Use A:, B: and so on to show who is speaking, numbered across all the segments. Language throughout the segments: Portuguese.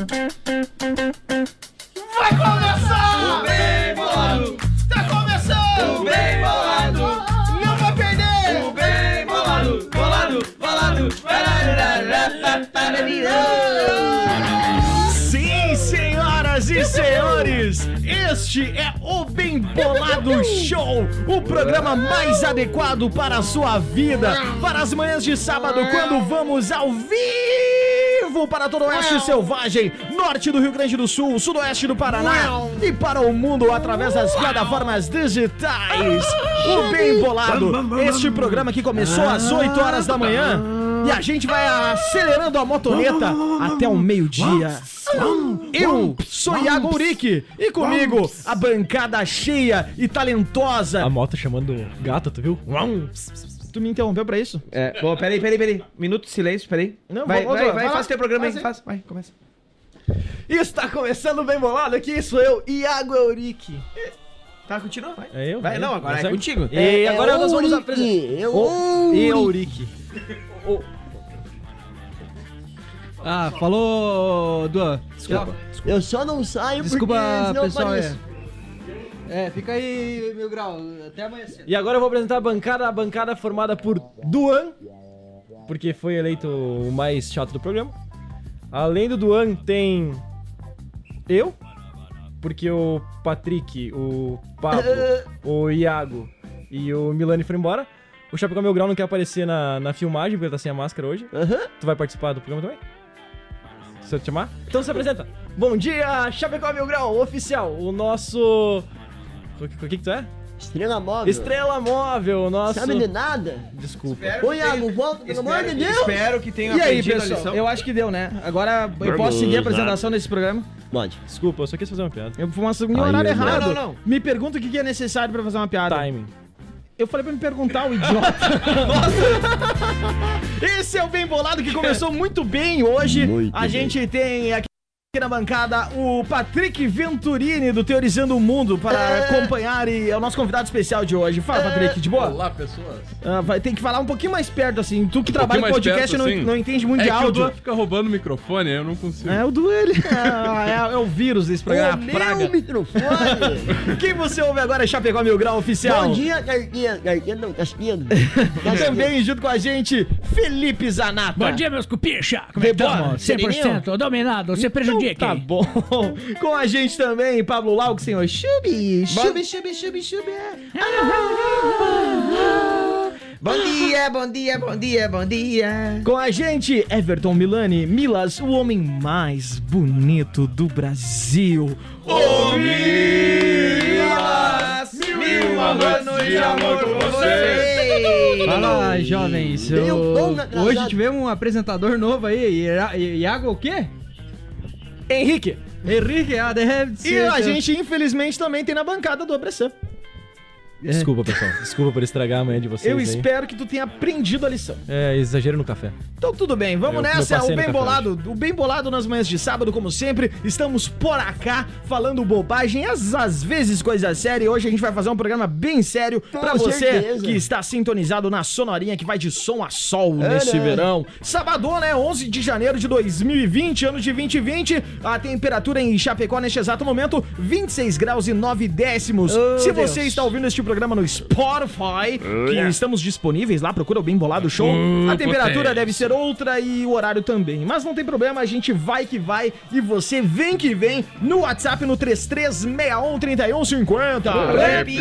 A: Tá Este é o Bem Bolado Show, o programa mais adequado para a sua vida, para as manhãs de sábado, quando vamos ao vivo para todo o oeste selvagem, norte do Rio Grande do Sul, sudoeste do Paraná e para o mundo através das plataformas digitais. O Bem Bolado, este programa que começou às 8 horas da manhã e a gente vai acelerando a motoneta até o meio-dia. Eu sou Iago Uric e comigo a bancada cheia e talentosa.
B: A moto chamando gata, tu viu?
A: Tu me interrompeu pra isso?
C: É, bom, peraí, peraí, peraí. Minuto de silêncio, peraí.
A: Não,
C: vai,
A: vamos-
C: vai,
A: vamos-
C: vai,
A: vai
C: faz
A: lá.
C: teu programa aí,
A: Faz aí.
C: faz. Vai, começa.
D: Está começando bem bolado aqui, sou eu, Iago Euric.
C: Tá, continua, vai.
B: É eu?
C: Vai,
B: é
C: não,
B: eu.
C: agora
B: Mas
C: é contigo.
A: E agora nós vamos apresentar.
D: é
A: Euric.
E: Ah, falou, Duan. Desculpa.
D: Eu só não saio
E: Desculpa,
D: porque senão eu
E: pessoal.
D: apareço.
E: É. é, fica aí, meu grau. Até amanhã cedo.
B: E agora eu vou apresentar a bancada, a bancada formada por Duan, porque foi eleito o mais chato do programa. Além do Duan tem eu, porque o Patrick, o Pablo, o Iago e o Milani foram embora. O Chapecó Meu Grau não quer aparecer na, na filmagem, porque ele tá sem a máscara hoje.
D: Aham.
B: Tu vai participar do programa também? Se eu te chamar? Então se apresenta. Bom dia, Chapecó Meu Grau, oficial, o nosso... O que, o que que tu é?
D: Estrela móvel.
B: Estrela Móvel, nosso.
D: Sabe de nada?
B: Desculpa.
D: Ô, Iago, volta, pelo amor de Deus.
C: Espero que tenha
E: E aí,
C: aprendido a
E: pessoal?
C: lição.
E: Eu acho que deu, né? Agora eu posso seguir a
D: né?
E: apresentação desse programa.
D: Pode.
B: Desculpa, eu só quis fazer uma piada.
E: Eu fui uma
A: um
E: segunda horário
D: Aí,
E: errado.
C: não, não, não.
E: Me pergunta o que que é necessário pra fazer uma piada.
B: Timing.
E: Eu falei pra me perguntar, o idiota.
A: Esse é o Bem Bolado que começou muito bem hoje.
D: Muito
A: a
D: bem.
A: gente tem aqui na bancada o Patrick Venturini do Teorizando o Mundo para acompanhar e é o nosso convidado especial de hoje. Fala,
C: É.
A: Patrick, de boa?
F: Olá, pessoas.
A: Ah, vai ter que falar um pouquinho mais perto, assim. Tu que trabalha com
F: Um mais
A: podcast
F: perto,
A: não,
F: assim.
A: não entende muito de
F: é que o Duan
A: áudio.
F: fica roubando o microfone, eu não consigo.
A: É o duelo. é, é o vírus desse programa, a
D: Meu
A: praga.
D: microfone.
A: Quem você ouve agora é Chapecó Mil Grau Oficial.
D: Bom dia, Carquinha. Carquinha não, Casquinha.
A: E também junto com a gente, Felipe Zanata.
G: Bom dia, meus cupicha! Como é que
A: Debora,
G: tamo? 100% dominado, você prejudica.
A: Tá bom. Com a gente também, Pablo Lau, que senhor Chubi. Chubi.
C: chubi, chubi, chubi. Bom dia, bom dia, bom dia, bom dia.
A: Com a gente, Everton Milani, Milas, o homem mais bonito do Brasil. O Milas!
C: Mil uma noite de amor com você.
E: Fala, jovens. Eu-
D: Deu
C: um
D: bom na casada.
E: Hoje tivemos um apresentador novo aí. Ira- Iago o quê?
A: Henrique.
E: Henrique, ah, deve
A: E a gente, infelizmente, também tem na bancada do Abressan.
B: Desculpa, pessoal. Desculpa por estragar a manhã de vocês.
A: É. Eu
B: aí.
A: espero que tu tenha aprendido a lição.
B: É, exagero no café.
A: Então tudo bem, vamos
B: Eu-
A: nessa,
B: eu passei no
A: o Bem
B: café
A: Bolado, o Bem Bolado nas manhãs de sábado, como sempre, estamos por acá, falando bobagem, às, às vezes coisa séria, e hoje a gente vai fazer um programa bem sério pra
D: Com
A: você
D: certeza.
A: que está sintonizado na sonorinha que vai de som a sol
D: É,
A: nesse
D: né?
A: verão. Sabadão, né, 11 de janeiro de 2020, ano de 2020, a temperatura em Chapecó neste exato momento, 26 graus e 9 décimos.
D: Oh,
A: Se você está ouvindo este programa no Spotify, que estamos disponíveis lá, procura o Bem Bolado Show, a temperatura deve ser outra e o horário também. Mas não tem problema, a gente vai que vai e você vem que vem no WhatsApp no
C: é
A: 33613150.
C: Repite.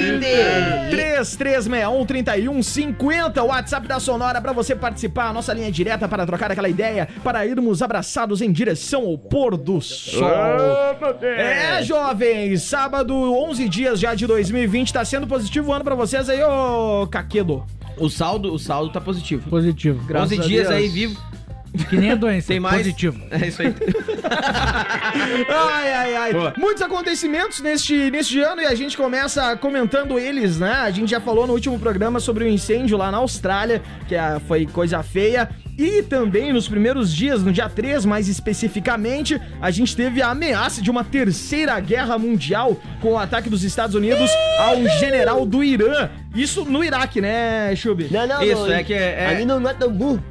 A: 33613150, o WhatsApp da Sonora pra você participar, a nossa linha é direta para trocar aquela ideia, para irmos abraçados em direção ao pôr do sol. É, jovens, sábado, 11 dias já de 2020, tá sendo positivo o ano pra vocês aí, ô Caquedo.
C: O saldo, o saldo tá positivo.
G: Positivo.
C: 11 dias aí vivo.
G: Que nem a doença.
C: Tem mais?
G: Positivo.
C: É isso aí.
A: Ai, ai, ai.
F: Boa.
A: Muitos acontecimentos neste, neste ano e a gente começa comentando eles, né? A gente já falou no último programa sobre o incêndio lá na Austrália, que ah, foi coisa feia. E também nos primeiros dias, no dia 3 mais especificamente, a gente teve a ameaça de uma terceira guerra mundial com o ataque dos Estados Unidos ao general do Irã. Isso no Iraque, né, Chubi?
D: Não, não,
C: Isso,
D: não,
C: é que é-
D: Ali não é tambu.
A: é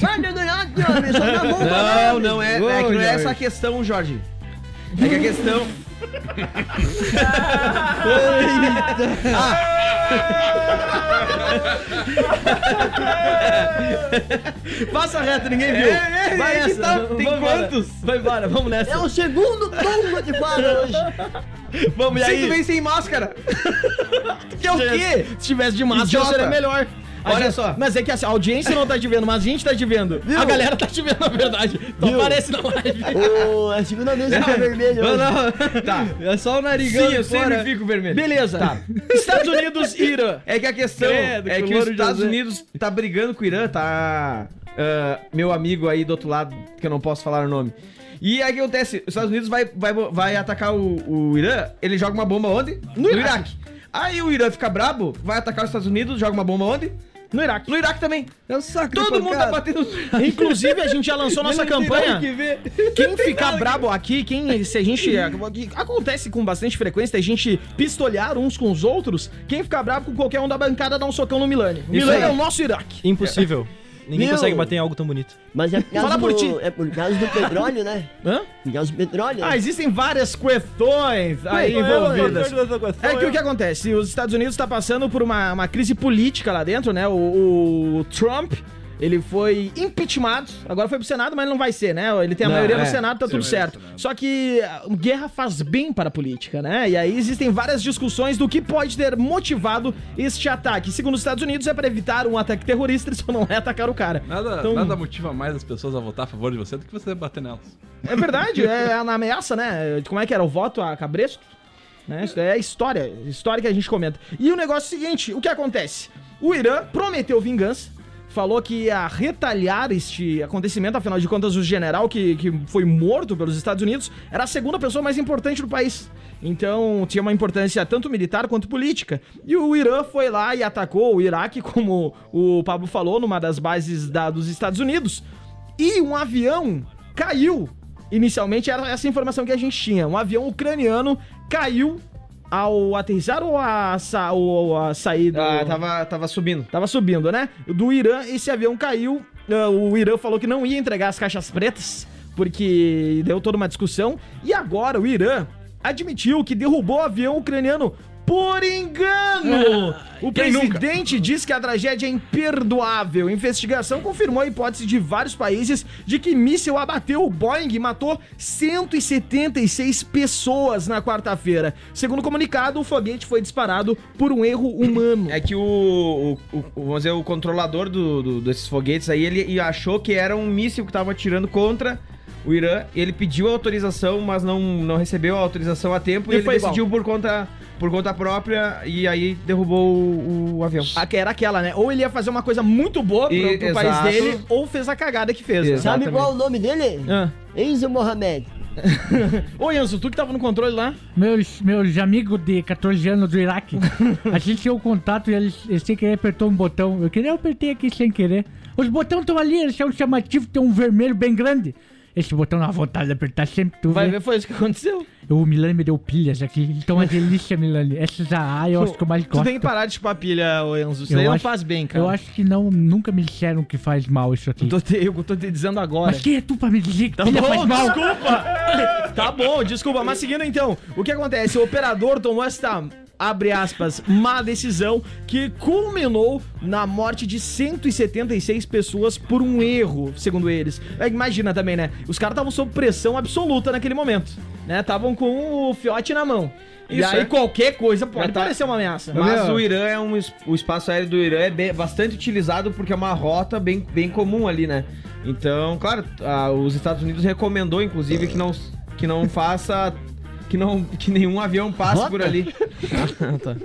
D: Vai, Leonardo, homem, só dá bom pra
C: Não,
D: nós.
C: não é, é que não é essa a questão, Jorge. É que a questão.
A: Passa reto, ninguém viu. Vai essa.
C: Tem
A: Vamos embora.
C: quantos?
A: Vai embora, vamos nessa.
D: É o segundo tom que fala hoje.
A: Vamos, e
C: Aí tu
A: aí?
C: vem sem máscara. tu quer é o quê?
A: Se tivesse de máscara,
C: Idiota.
A: seria melhor. A
C: Olha
A: gente-
C: só.
A: Mas é que assim, a audiência não tá te vendo, mas a gente tá te vendo. A galera tá te vendo, na verdade. Então
C: Viu?
A: aparece na live.
C: Ô, a segunda vez que é vermelho.
E: Não, não. Tá. É só o narigão.
C: Sim, eu
E: fora.
C: sempre fico vermelho.
E: Beleza.
C: Tá.
A: Estados Unidos, Irã.
C: É que a questão
E: Credo, que
C: é que,
E: o
C: os
E: Louro
C: Estados
E: José.
C: Unidos tá brigando com o Irã, tá. ah, meu amigo aí do outro lado, que eu não posso falar o nome. E aí o que acontece? Os Estados Unidos vai, vai, vai atacar o, o Irã, ele joga uma bomba onde? No Iraque. Aí o Irã fica brabo, vai atacar os Estados Unidos, joga uma bomba onde? No Iraque. No Iraque também.
E: É um saco
C: Todo mundo tá
E: pancada.
C: batendo.
A: Inclusive, a gente já lançou nossa campanha.
E: Que vê.
A: Quem ficar brabo aqui, quem se a gente que acontece com bastante frequência, a gente pistolhar uns com os outros, quem ficar brabo com qualquer um da bancada dá um socão no Milani. O Milani
C: aí.
A: é o nosso Iraque.
H: Impossível. Ninguém
D: Meu.
H: consegue bater em algo tão bonito.
D: Mas é por causa
A: Fala por
D: do,
A: ti.
D: É por causa do petróleo, né?
A: Hã?
D: Por causa do petróleo. né?
A: Ah, existem várias questões aí envolvidas. É que o que acontece? Os Estados Unidos está passando por uma, uma crise política lá dentro, né? O, o Trump. Ele foi impeachmentado, agora foi pro Senado, mas não vai ser, né? Ele tem a
C: Não,
A: maioria no
C: é.
A: Senado, tá tudo certo. Só que ah, guerra faz bem para a política, né? E aí existem várias discussões do que pode ter motivado este ataque. Segundo os Estados Unidos, é para evitar um ataque terrorista, eles só não é atacar o cara.
F: Nada,
A: Então-
F: nada motiva mais as pessoas a votar a favor de você do que você bater nelas.
A: É verdade, é na ameaça, né? Como é que era? O voto a cabresto? Né? Isso é história, história que a gente comenta. E o negócio é o seguinte, o que acontece? O Irã prometeu vingança, falou que ia retaliar este acontecimento, afinal de contas o general que, que foi morto pelos Estados Unidos era a segunda pessoa mais importante do país. Então tinha uma importância tanto militar quanto política. E o Irã foi lá e atacou o Iraque, como o Pablo falou, numa das bases da- dos Estados Unidos. E um avião caiu Inicialmente era essa a informação que a gente tinha. Um avião ucraniano caiu ao aterrissar ou a, sa ou a sair do-
C: Ah, tava, tava subindo.
A: Tava subindo, né? Do Irã, esse avião caiu. ah, o Irã falou que não ia entregar as caixas pretas, porque deu toda uma discussão. E agora o Irã admitiu que derrubou o avião ucraniano por engano. o presidente diz que a tragédia é imperdoável. Investigação confirmou a hipótese de vários países de que míssil abateu o Boeing e matou 176 pessoas na quarta-feira. Segundo o comunicado, o foguete foi disparado por um erro humano.
C: É que o, o, o- o- vamos dizer, o controlador do, do- desses foguetes aí, ele, ele achou que era um míssil que tava atirando contra o Irã. Ele pediu autorização, mas não, não recebeu a autorização a tempo.
A: E
C: E, ele
A: foi igual.
C: decidiu por conta, por conta própria e aí derrubou o, o avião.
A: A- Era aquela, né? Ou ele ia fazer uma coisa muito boa pro,
C: E-
A: pro país
C: exato.
A: dele, ou fez a cagada que fez. né?
D: Sabe
C: exatamente.
D: qual é o nome dele?
A: Ah.
D: Enzo Mohamed.
A: Ô, Enzo, tu que tava no controle lá?
G: Meus, meus amigos de 14 anos do Iraque, a gente tinha o contato e eles, eles sem querer apertou um botão. Eu queria, eu apertei aqui sem querer. Os botões estão ali, eles são chamativos, tem um vermelho bem grande. Esse botão dá vontade de apertar sempre, tu
A: Vai
G: vê.
A: ver, foi isso que aconteceu.
G: O Milani me deu pilhas aqui. Então uma delícia, Milani. Essas AA eu acho que eu mais
A: Tu
G: gosto.
A: tem que parar de chupar pilha, ô Enzo. Isso
G: Eu
A: daí não
G: acho-
A: faz bem, cara.
G: Eu acho que não, nunca me disseram que faz mal isso aqui.
A: Tô te, eu tô te dizendo agora.
G: Mas quem é tu pra me dizer que
A: Tá
G: pilha faz
A: bom,
G: mal?
A: desculpa. tá bom, desculpa. Mas seguindo então, o que acontece? O operador tomou esta abre aspas, má decisão que culminou na morte de 176 pessoas por um erro, segundo eles. É, Imagina também, né? Os caras estavam sob pressão absoluta naquele momento, né? Estavam com o fiote na mão. e
C: Isso,
A: aí
C: é.
A: qualquer coisa pode
C: Já tá-
A: parecer uma ameaça.
C: Mas o Irã é um. es- O espaço aéreo do Irã é bem- bastante utilizado porque é uma rota bem, bem comum ali, né? Então, claro, a- os Estados Unidos recomendou, inclusive, que não, que não faça. Que, não, que nenhum avião passe por ali. Ah, tá.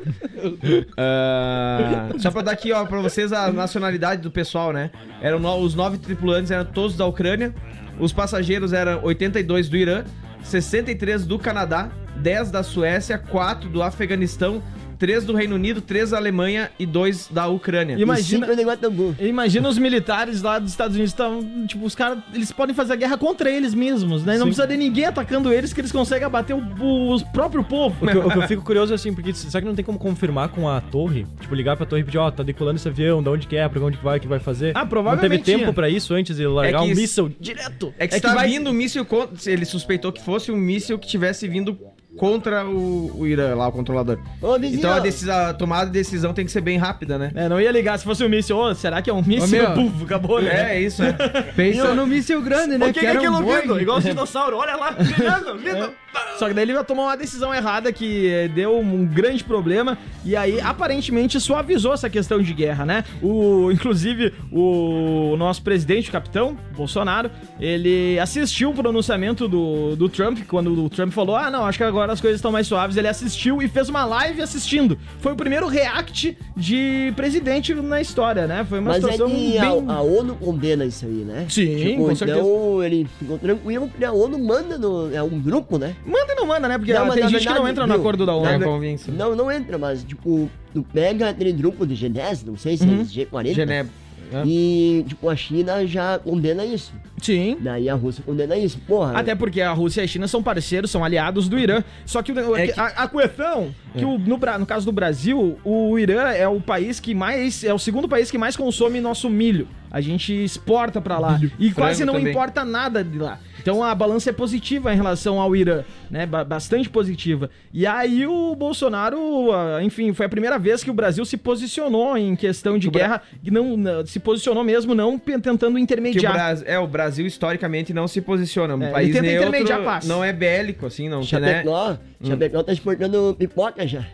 C: Ah, só pra dar aqui, ó, pra vocês a nacionalidade do pessoal, né? Eram no- os nove tripulantes eram todos da Ucrânia. Os passageiros eram 82 do Irã, 63 do Canadá, 10 da Suécia, 4 do Afeganistão, 3 do Reino Unido, 3 da Alemanha e 2 da Ucrânia.
A: Imagina-
D: E cinco de Guatambu.
A: Imagina os militares lá dos Estados Unidos estão. Tipo, os caras. Eles podem fazer a guerra contra eles mesmos, né? Não precisa de ninguém atacando eles, que eles conseguem abater o, o, o próprio povo.
H: O que, eu- o que eu fico curioso é assim, porque será que não tem como confirmar com a torre? Tipo, ligar pra torre e pedir, ó, tá decolando esse avião, da onde que é, pra onde que vai, o que vai fazer?
A: Ah,
H: Não
A: provavelmente
H: teve tempo
A: tinha.
H: pra isso antes de largar
C: É que
H: um
C: isso-
H: míssil
A: Direto.
C: É que, está vindo um míssil contra. Ele suspeitou que fosse um míssil que tivesse vindo contra o, o Irã, lá, o controlador.
D: Ô, vizinho.
C: Então a, decisão, a tomada de decisão tem que ser bem rápida, né?
A: É, não ia ligar se fosse um míssil. Ô, será que é um míssil?
E: meu.
A: Puf, acabou, né?
C: É, é isso, é.
E: Pensa no míssil grande, né?
A: O que, que é
E: era
A: aquilo
E: um Boeing.
A: vindo? Igual os dinossauros. Olha lá, virando, vindo. Só que daí ele vai tomar uma decisão errada que eh, deu um grande problema e aí aparentemente suavizou essa questão de guerra, né? O inclusive o nosso presidente, o capitão Bolsonaro, ele assistiu o pronunciamento do, do Trump quando o Trump falou: "Ah, não, acho que agora as coisas estão mais suaves". Ele assistiu e fez uma live assistindo. Foi o primeiro react de presidente na história, né? Foi uma
D: Mas é
A: situação
D: que a-
A: bem
D: a, ONU condena isso aí, né?
A: Sim, com
D: então
A: certeza.
D: ele ficou tranquilo porque a ONU manda no. É um grupo, né?
A: Manda e não manda, né? Porque
D: Não, mas
A: tem
D: na
A: gente que não
D: verdade,
A: entra no
D: viu,
A: acordo da ONU.
D: na
C: É
D: ver-
C: convenção.
D: Não, não entra, mas tipo, tu pega aquele grupo do G10, não sei se
A: Uhum.
D: é G40.
C: Genebra. né?
D: E, tipo, a China já condena isso.
A: Sim.
D: Daí a Rússia condena isso. Porra.
A: Até porque a Rússia e a China são parceiros, são aliados do Irã. Só que, o-
C: É que- É.
A: a, a questão que o- no, Bra- no caso do Brasil, o Irã é o país que mais é o segundo país que mais consome nosso milho. A gente exporta pra lá e quase não
C: também.
A: importa nada de lá. Então a balança é positiva em relação ao Irã, né? Ba- Bastante positiva. E aí o Bolsonaro, ah, enfim, foi a primeira vez que o Brasil se posicionou em questão de guerra e não não- se posicionou mesmo não pe- tentando
C: Que o
A: intermediar.
C: Bras- é, o Brasil historicamente não se posiciona. Um
A: É, ele
C: país
A: tenta
C: neutro
A: intermediar a paz.
C: não é bélico, assim, não tem, né?
D: Chapecó, Chapecó tá exportando pipoca já.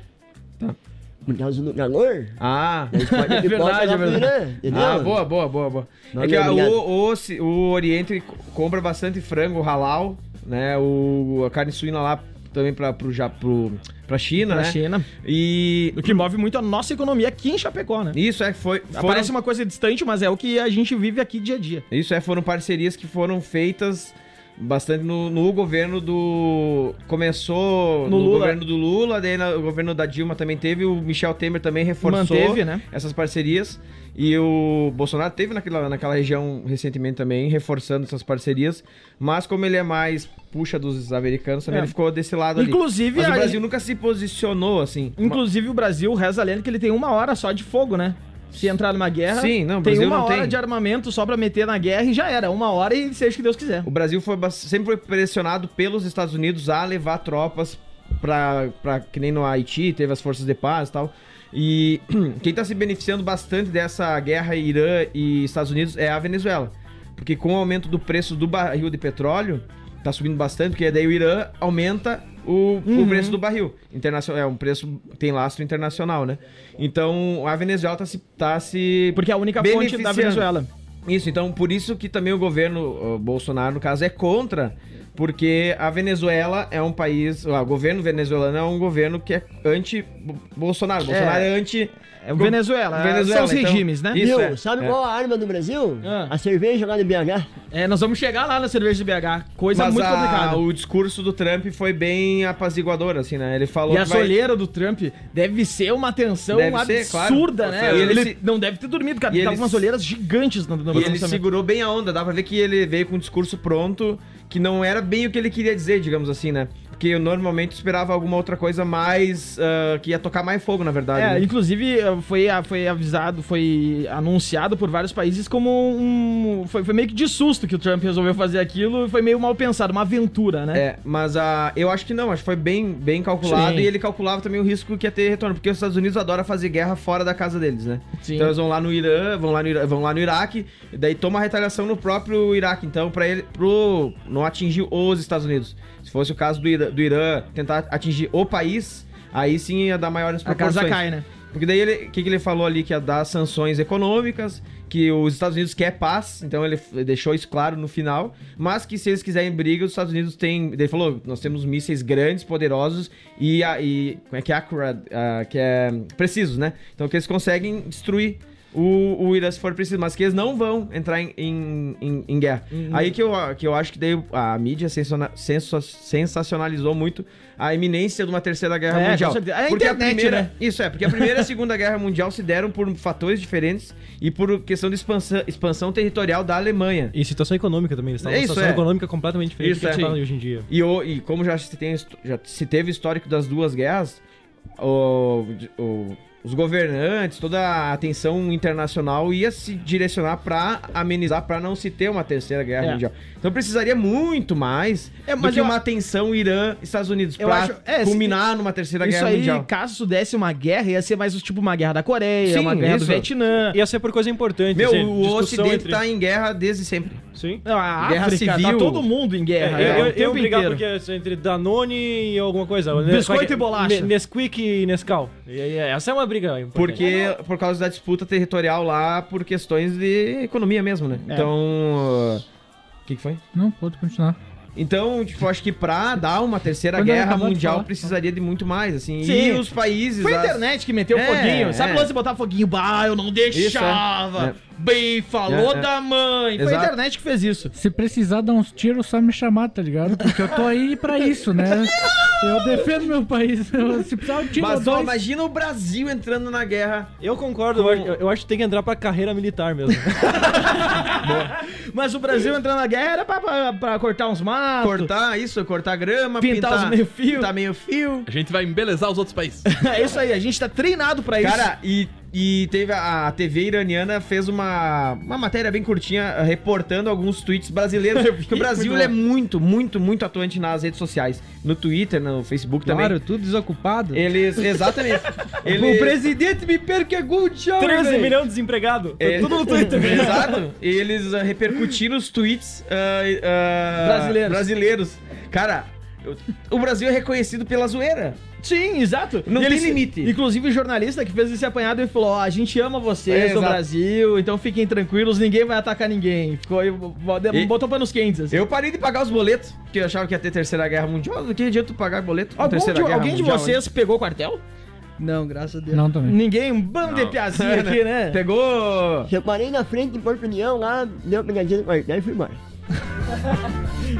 D: Por causa do calor.
C: Ah,
D: Exporta
A: verdade, é
D: lá pro
A: verdade.
D: Irã, entendeu?
C: ah, boa, boa, boa, boa.
D: Não,
C: é que a-
D: obrigado.
C: o, o, ci- o Oriente co- compra bastante frango halal, né? O, a carne suína lá também pra, pro, ja- pro, pra China,
A: Pra
C: né?
A: China.
C: E
A: O que move muito a nossa economia aqui em Chapecó, né?
C: isso é, foi, foram,
A: Parece uma coisa distante, mas é o que a gente vive aqui dia a dia.
C: isso é, foram parcerias que foram feitas bastante no, no governo do... Começou
A: No
C: no,
A: Lula.
C: governo do Lula, daí no governo da Dilma também teve, o Michel Temer também reforçou.
A: Manteve, né?
C: essas parcerias. E o Bolsonaro teve naquela, naquela região recentemente também, reforçando essas parcerias. Mas como ele é mais puxa dos americanos, também
A: É.
C: ele ficou desse lado
A: Inclusive,
C: ali. Mas
A: a-
C: o Brasil nunca se posicionou assim.
A: inclusive o Brasil reza a lenda que ele tem uma hora só de fogo, né? Se entrar numa guerra,
C: Sim, não, o
A: tem
C: Brasil
A: uma
C: não
A: hora
C: tem.
A: de armamento só pra meter na guerra e já era. Uma hora e seja o que Deus quiser.
C: O Brasil foi, bas- sempre foi pressionado pelos Estados Unidos a levar tropas pra, pra que nem no Haiti, teve as forças de paz e tal. E quem tá se beneficiando bastante dessa guerra Irã e Estados Unidos é a Venezuela. Porque com o aumento do preço do barril de petróleo, tá subindo bastante, porque daí o Irã aumenta o, o
A: Uhum.
C: preço do barril. Internacional, é um preço tem lastro internacional, né? Então a Venezuela tá se. Tá se
A: Porque é a única fonte da
C: beneficiando.
A: Venezuela.
C: Isso, então por isso que também o governo uh, Bolsonaro, no caso, é contra, porque a Venezuela é um país. ah, O governo venezuelano é um governo que é anti-Bolsonaro. Bolsonaro é anti.
A: É o Venezuela.
C: Venezuela,
A: São os
C: então.
A: regimes, né?
C: Isso,
D: Viu?
C: é,
D: Sabe
C: é.
D: qual a arma do Brasil?
A: Ah.
D: A cerveja lá no BH.
A: É, nós vamos chegar lá na cerveja de BH. Coisa
C: Mas
A: muito
C: a-
A: complicada.
C: o discurso do Trump foi bem apaziguador, assim, né? Ele falou
A: E a
C: que vai-
A: soleira do Trump deve ser uma tensão
C: Deve ser,
A: absurda,
C: claro.
A: né?
C: E ele
A: ele
C: se-
A: não deve ter dormido, cara.
C: E
A: Ele tá
C: ele
A: com umas
C: se-
A: olheiras gigantes no, no
C: E ele
A: lançamento.
C: segurou bem a onda, dá pra ver que ele veio com um discurso pronto, que não era bem o que ele queria dizer, digamos assim, né? Porque eu normalmente esperava alguma outra coisa mais. ah, que ia tocar mais fogo, na verdade.
A: É,
C: né?
A: inclusive eh, foi, a- foi avisado, foi anunciado por vários países como um. Foi, foi meio que de susto que o Trump resolveu fazer aquilo e foi meio mal pensado, uma aventura, né?
C: É, mas a, eu acho que não, acho que foi bem, bem calculado
A: Sim.
C: e ele calculava também o risco que ia ter retorno, porque os Estados Unidos adoram fazer guerra fora da casa deles, né?
A: Sim.
C: Então eles vão lá no Irã, vão lá no, Ira- vão lá no Iraque, e daí toma a retaliação no próprio Iraque, então, pra ele pro, não atingir os Estados Unidos. Se fosse o caso do Irã, do Irã tentar atingir o país, aí sim ia dar maiores
A: a casa
C: proporções.
A: cai, né?
C: Porque daí ele, o que, que ele falou ali que ia dar sanções econômicas, que os Estados Unidos quer paz, então ele f- deixou isso claro no final, mas que se eles quiserem briga, os Estados Unidos têm, ele falou, nós temos mísseis grandes, poderosos e, a- e como é que é accurate, ah, que é hum, precisos, né? Então que eles conseguem destruir o, o Irã se for preciso, mas que eles não vão entrar em, em, em- em guerra.
A: Uhum.
C: Aí que eu, ah, que eu acho que daí a mídia sensona- sensa- sensacionalizou muito a iminência de uma terceira guerra
A: É, com
C: mundial.
A: certeza. É a
C: Porque
A: internet,
C: primeira,
A: né?
C: isso é, porque a Primeira e a Segunda Guerra Mundial se deram por fatores diferentes e por questão de expansão, expansão territorial da Alemanha.
B: E situação econômica também. Eles estavam
C: É
B: numa
C: isso,
B: situação
C: é.
B: econômica completamente diferente
C: Isso,
B: do que eles
C: é.
B: falam hoje em dia.
C: E, o- e como já se, tem, histo- já se teve o histórico das duas guerras, o, o os governantes, toda a atenção internacional ia se direcionar pra amenizar, pra não se ter uma terceira guerra
H: É.
C: mundial. Então precisaria muito mais
H: É,
C: do
H: mas
C: que
H: eu-
C: uma atenção Irã-Estados Unidos
H: Eu
C: pra
H: acho- é, se-
C: culminar numa terceira
H: Isso
C: guerra
H: aí,
C: mundial.
H: caso desse uma guerra, ia ser mais tipo uma guerra da Coreia,
C: Sim,
H: uma guerra
C: isso.
H: do Vietnã.
B: Ia ser por coisa importante.
C: Meu,
B: assim,
C: o
B: discussão
C: Ocidente
B: entre-
C: tá em guerra desde sempre.
B: Sim.
H: Não, a
C: Guerra
H: África, tá
C: civil.
H: todo mundo em guerra.
B: É,
H: né?
B: eu,
H: O
B: eu, eu
H: tempo
B: brigar
H: inteiro.
B: porque é entre Danone e alguma coisa. né?
H: Biscoito
B: Qual é que-
H: e bolacha.
B: Ne- Nesquik e Nescau. E- e- essa é uma briga. importante.
C: Porque,
A: é
C: por causa da disputa territorial lá, por questões de economia mesmo,
A: É.
C: né? Então. O que, que foi?
G: Não, pode continuar.
C: Então, tipo, acho que pra dar uma terceira
G: Quando ele
C: guerra
G: acabou de
C: mundial
G: falar.
C: precisaria de muito mais, assim.
H: Sim.
C: E os países.
A: Foi a
C: as-
A: internet que meteu
C: É,
A: foguinho. Sabe
C: é.
A: o lance de botar foguinho? Bah, eu não deixava.
C: Isso,
A: Bem, falou
C: É, é.
A: da mãe. Foi a
C: Exato.
A: internet que fez isso.
G: Se precisar dar uns tiros, só me chamar, tá ligado? Porque eu tô aí pra isso, né? Eu defendo meu país. Se precisar um tiro, eu
C: Mas
G: dou
C: ó,
G: isso.
C: imagina o Brasil entrando na guerra.
B: Eu concordo, eu, acho- eu acho que tem que entrar pra carreira militar mesmo.
A: Mas o Brasil entrando na guerra era pra, pra- pra cortar uns matos.
C: Cortar isso, cortar grama,
A: Pintar os meio-fio.
C: Pintar meio fio.
F: A gente vai embelezar os outros países.
A: É isso aí, a gente tá treinado
E: É
A: pra isso.
C: Cara, e, e teve a, a TV iraniana fez uma, uma matéria bem curtinha eh, reportando alguns tweets brasileiros. Porque o Brasil ele é muito, muito, muito atuante nas redes sociais. No Twitter, no Facebook
E: Claro,
C: também.
E: tudo
A: É,
E: desocupado.
C: Eles, exatamente. Eles,
E: O presidente me perquegou, tchau,
B: 13
E: velho.
B: milhões de desempregados.
C: É.
B: Tudo no Twitter.
C: Exato. Eles ah, repercutiram os tweets ah, ah,
E: Brasileiros.
C: brasileiros. Cara, eu- o Brasil é reconhecido pela zoeira.
A: Sim, exato.
C: Não
A: E
C: tem
A: eles-
C: limite.
A: Inclusive, o jornalista que fez esse apanhado ele falou: Ó, a gente ama
C: É,
A: vocês do
C: exato.
A: Brasil, então fiquem tranquilos, ninguém vai atacar ninguém. Ficou,
C: E-
A: botou panos quentes. Assim.
C: Eu parei de pagar os boletos, porque eu achava que ia ter terceira guerra mundial. Do que adianta tu pagar boleto? na
A: Algum
C: terceira
A: de-
C: guerra
A: alguém
C: mundial,
A: de vocês pegou quartel?
E: Não, graças a Deus.
G: Não, também.
A: Ninguém, um bando de
F: Não.
A: piazinha aqui, né?
C: hein? Pegou
D: Eu parei na frente de Porto União lá, deu uma pegadinha no quartel e fui embora.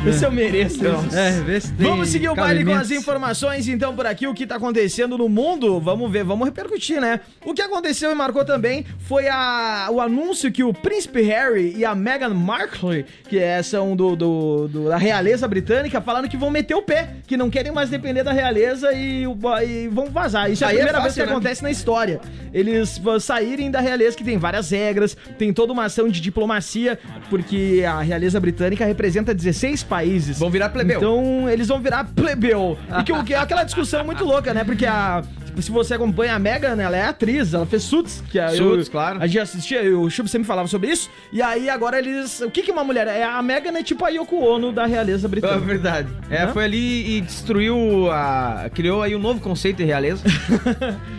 A: Isso eu mereço.
E: É, vê se tem
A: Vamos seguir o baile com as
E: cabimento.
A: informações, então, por aqui, o que tá acontecendo no mundo. Vamos ver, vamos repercutir, né? O que aconteceu e marcou também foi a, o anúncio que o príncipe Harry e a Meghan Markle, que é, são do, do- do- da realeza britânica, falaram que vão meter o pé, que não querem mais depender da realeza e, o- e vão vazar. Isso é a
C: Aí é
A: primeira
C: fácil,
A: vez que
C: né?
A: acontece na história. Eles vão saírem da realeza, que tem várias regras, tem toda uma ação de diplomacia, porque a realeza britânica representa 16 países.
C: Vão virar plebeu.
A: Então eles vão virar plebeu. E que, que é aquela discussão muito louca, né? Porque a. tipo, Se você acompanha a Megan, ela é atriz, ela fez Suits, que é
C: Suits,
A: eu-
C: claro.
A: A gente assistia, eu- o Chubb sempre falava sobre isso. E aí agora eles. O que que é uma mulher? É, a Megan é tipo a Yoko Ono da realeza
C: É
A: britânica.
C: verdade. É, foi ali e destruiu a. Criou aí um novo conceito de realeza.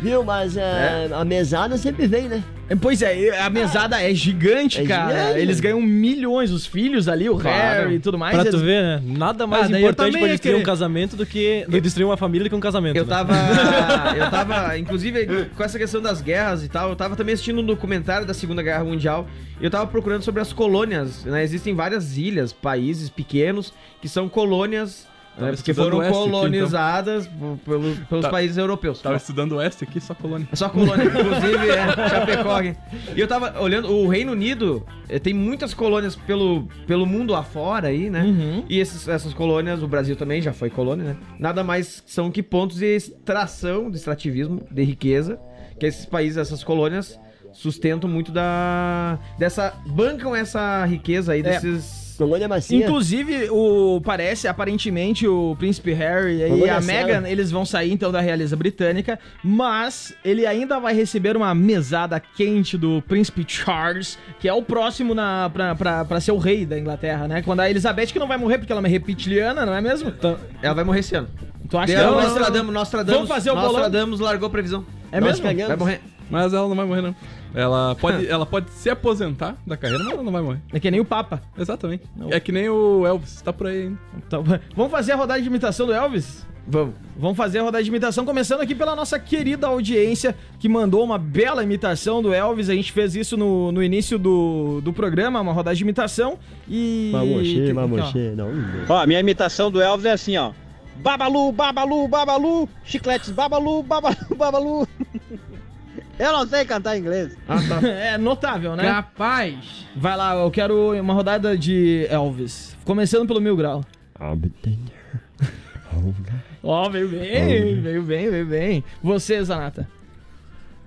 D: Viu? Mas é, a mesada sempre vem, né?
A: Pois é, e a mesada é gigante,
D: É
A: cara.
D: gigante.
A: Eles ganham milhões, os filhos ali, o
C: Claro.
A: Harry e tudo mais.
B: Pra tu
A: eles-
B: ver, né? Nada mais
A: Ah, daí eu
B: importante
A: também
B: pra
A: ia
B: destruir um
A: querer.
B: casamento do que do destruir uma família do que um casamento.
C: Eu
B: né?
C: tava. eu tava. Inclusive, com essa questão das guerras e tal, eu tava também assistindo um documentário da Segunda Guerra Mundial. E eu tava procurando sobre as colônias. Né? Existem várias ilhas, países pequenos, que são colônias.
F: Tava
C: né, Porque
F: estudando
C: foram
F: o Oeste aqui, então.
C: colonizadas po- pelos, pelos
F: Tá-
C: países europeus.
F: Tava estudando oeste aqui, só colônia.
C: É Só colônia, inclusive, é, Chapecó. aqui. E eu tava olhando, o Reino Unido eh, tem muitas colônias pelo, pelo mundo afora aí, né?
A: Uhum.
C: E esses- essas colônias, o Brasil também já foi colônia, né? Nada mais são que pontos de extração, de extrativismo, de riqueza, que esses países, essas colônias, sustentam muito da. dessa. bancam essa riqueza
A: É.
C: aí desses.
D: Colônia macia.
A: Inclusive, o parece, aparentemente, o príncipe Harry e
D: Colônia
A: a
D: Sarah.
A: Meghan, eles vão sair então da realeza britânica, mas ele ainda vai receber uma mesada quente do príncipe Charles, que é o próximo na, pra, pra, pra ser o rei da Inglaterra, né? Quando a Elizabeth, que não vai morrer porque ela é uma reptiliana, não é mesmo?
C: Ela vai morrer esse ano.
A: Tu acha que
C: Deu
A: ela vai ser...
C: Nostradamus, Nostradamus.
A: Vamos fazer o bolão?
C: Nostradamus largou a previsão.
A: É
D: Nós
A: mesmo?
D: pegamos.
C: Vai morrer.
F: Mas ela não vai morrer, não. Ela
A: Ah.
F: pode, ela pode se aposentar da carreira, mas ela não vai morrer.
A: É que nem o Papa.
F: Exatamente. É que nem o Elvis, tá por aí ainda.
A: Então, vamos fazer a rodada de imitação do Elvis?
C: Vamos.
A: Vamos fazer a rodada de imitação, começando aqui pela nossa querida audiência, que mandou uma bela imitação do Elvis. A gente fez isso no, no início do, do programa, uma rodada de imitação. E.
D: Mamoxê,
A: que-
D: mamoxê, não. não.
I: Ó, minha imitação do Elvis é assim, ó. Babalu, babalu, babalu, chicletes, babalu, babalu, babalu. Eu não sei cantar inglês.
A: aqui, ó. É notável, né?
E: Capaz.
A: Vai lá, eu quero uma rodada de Elvis. Começando pelo Mil Grau.
D: I'll be there.
A: Ó, veio bem, veio bem, veio bem. Você, Zanata.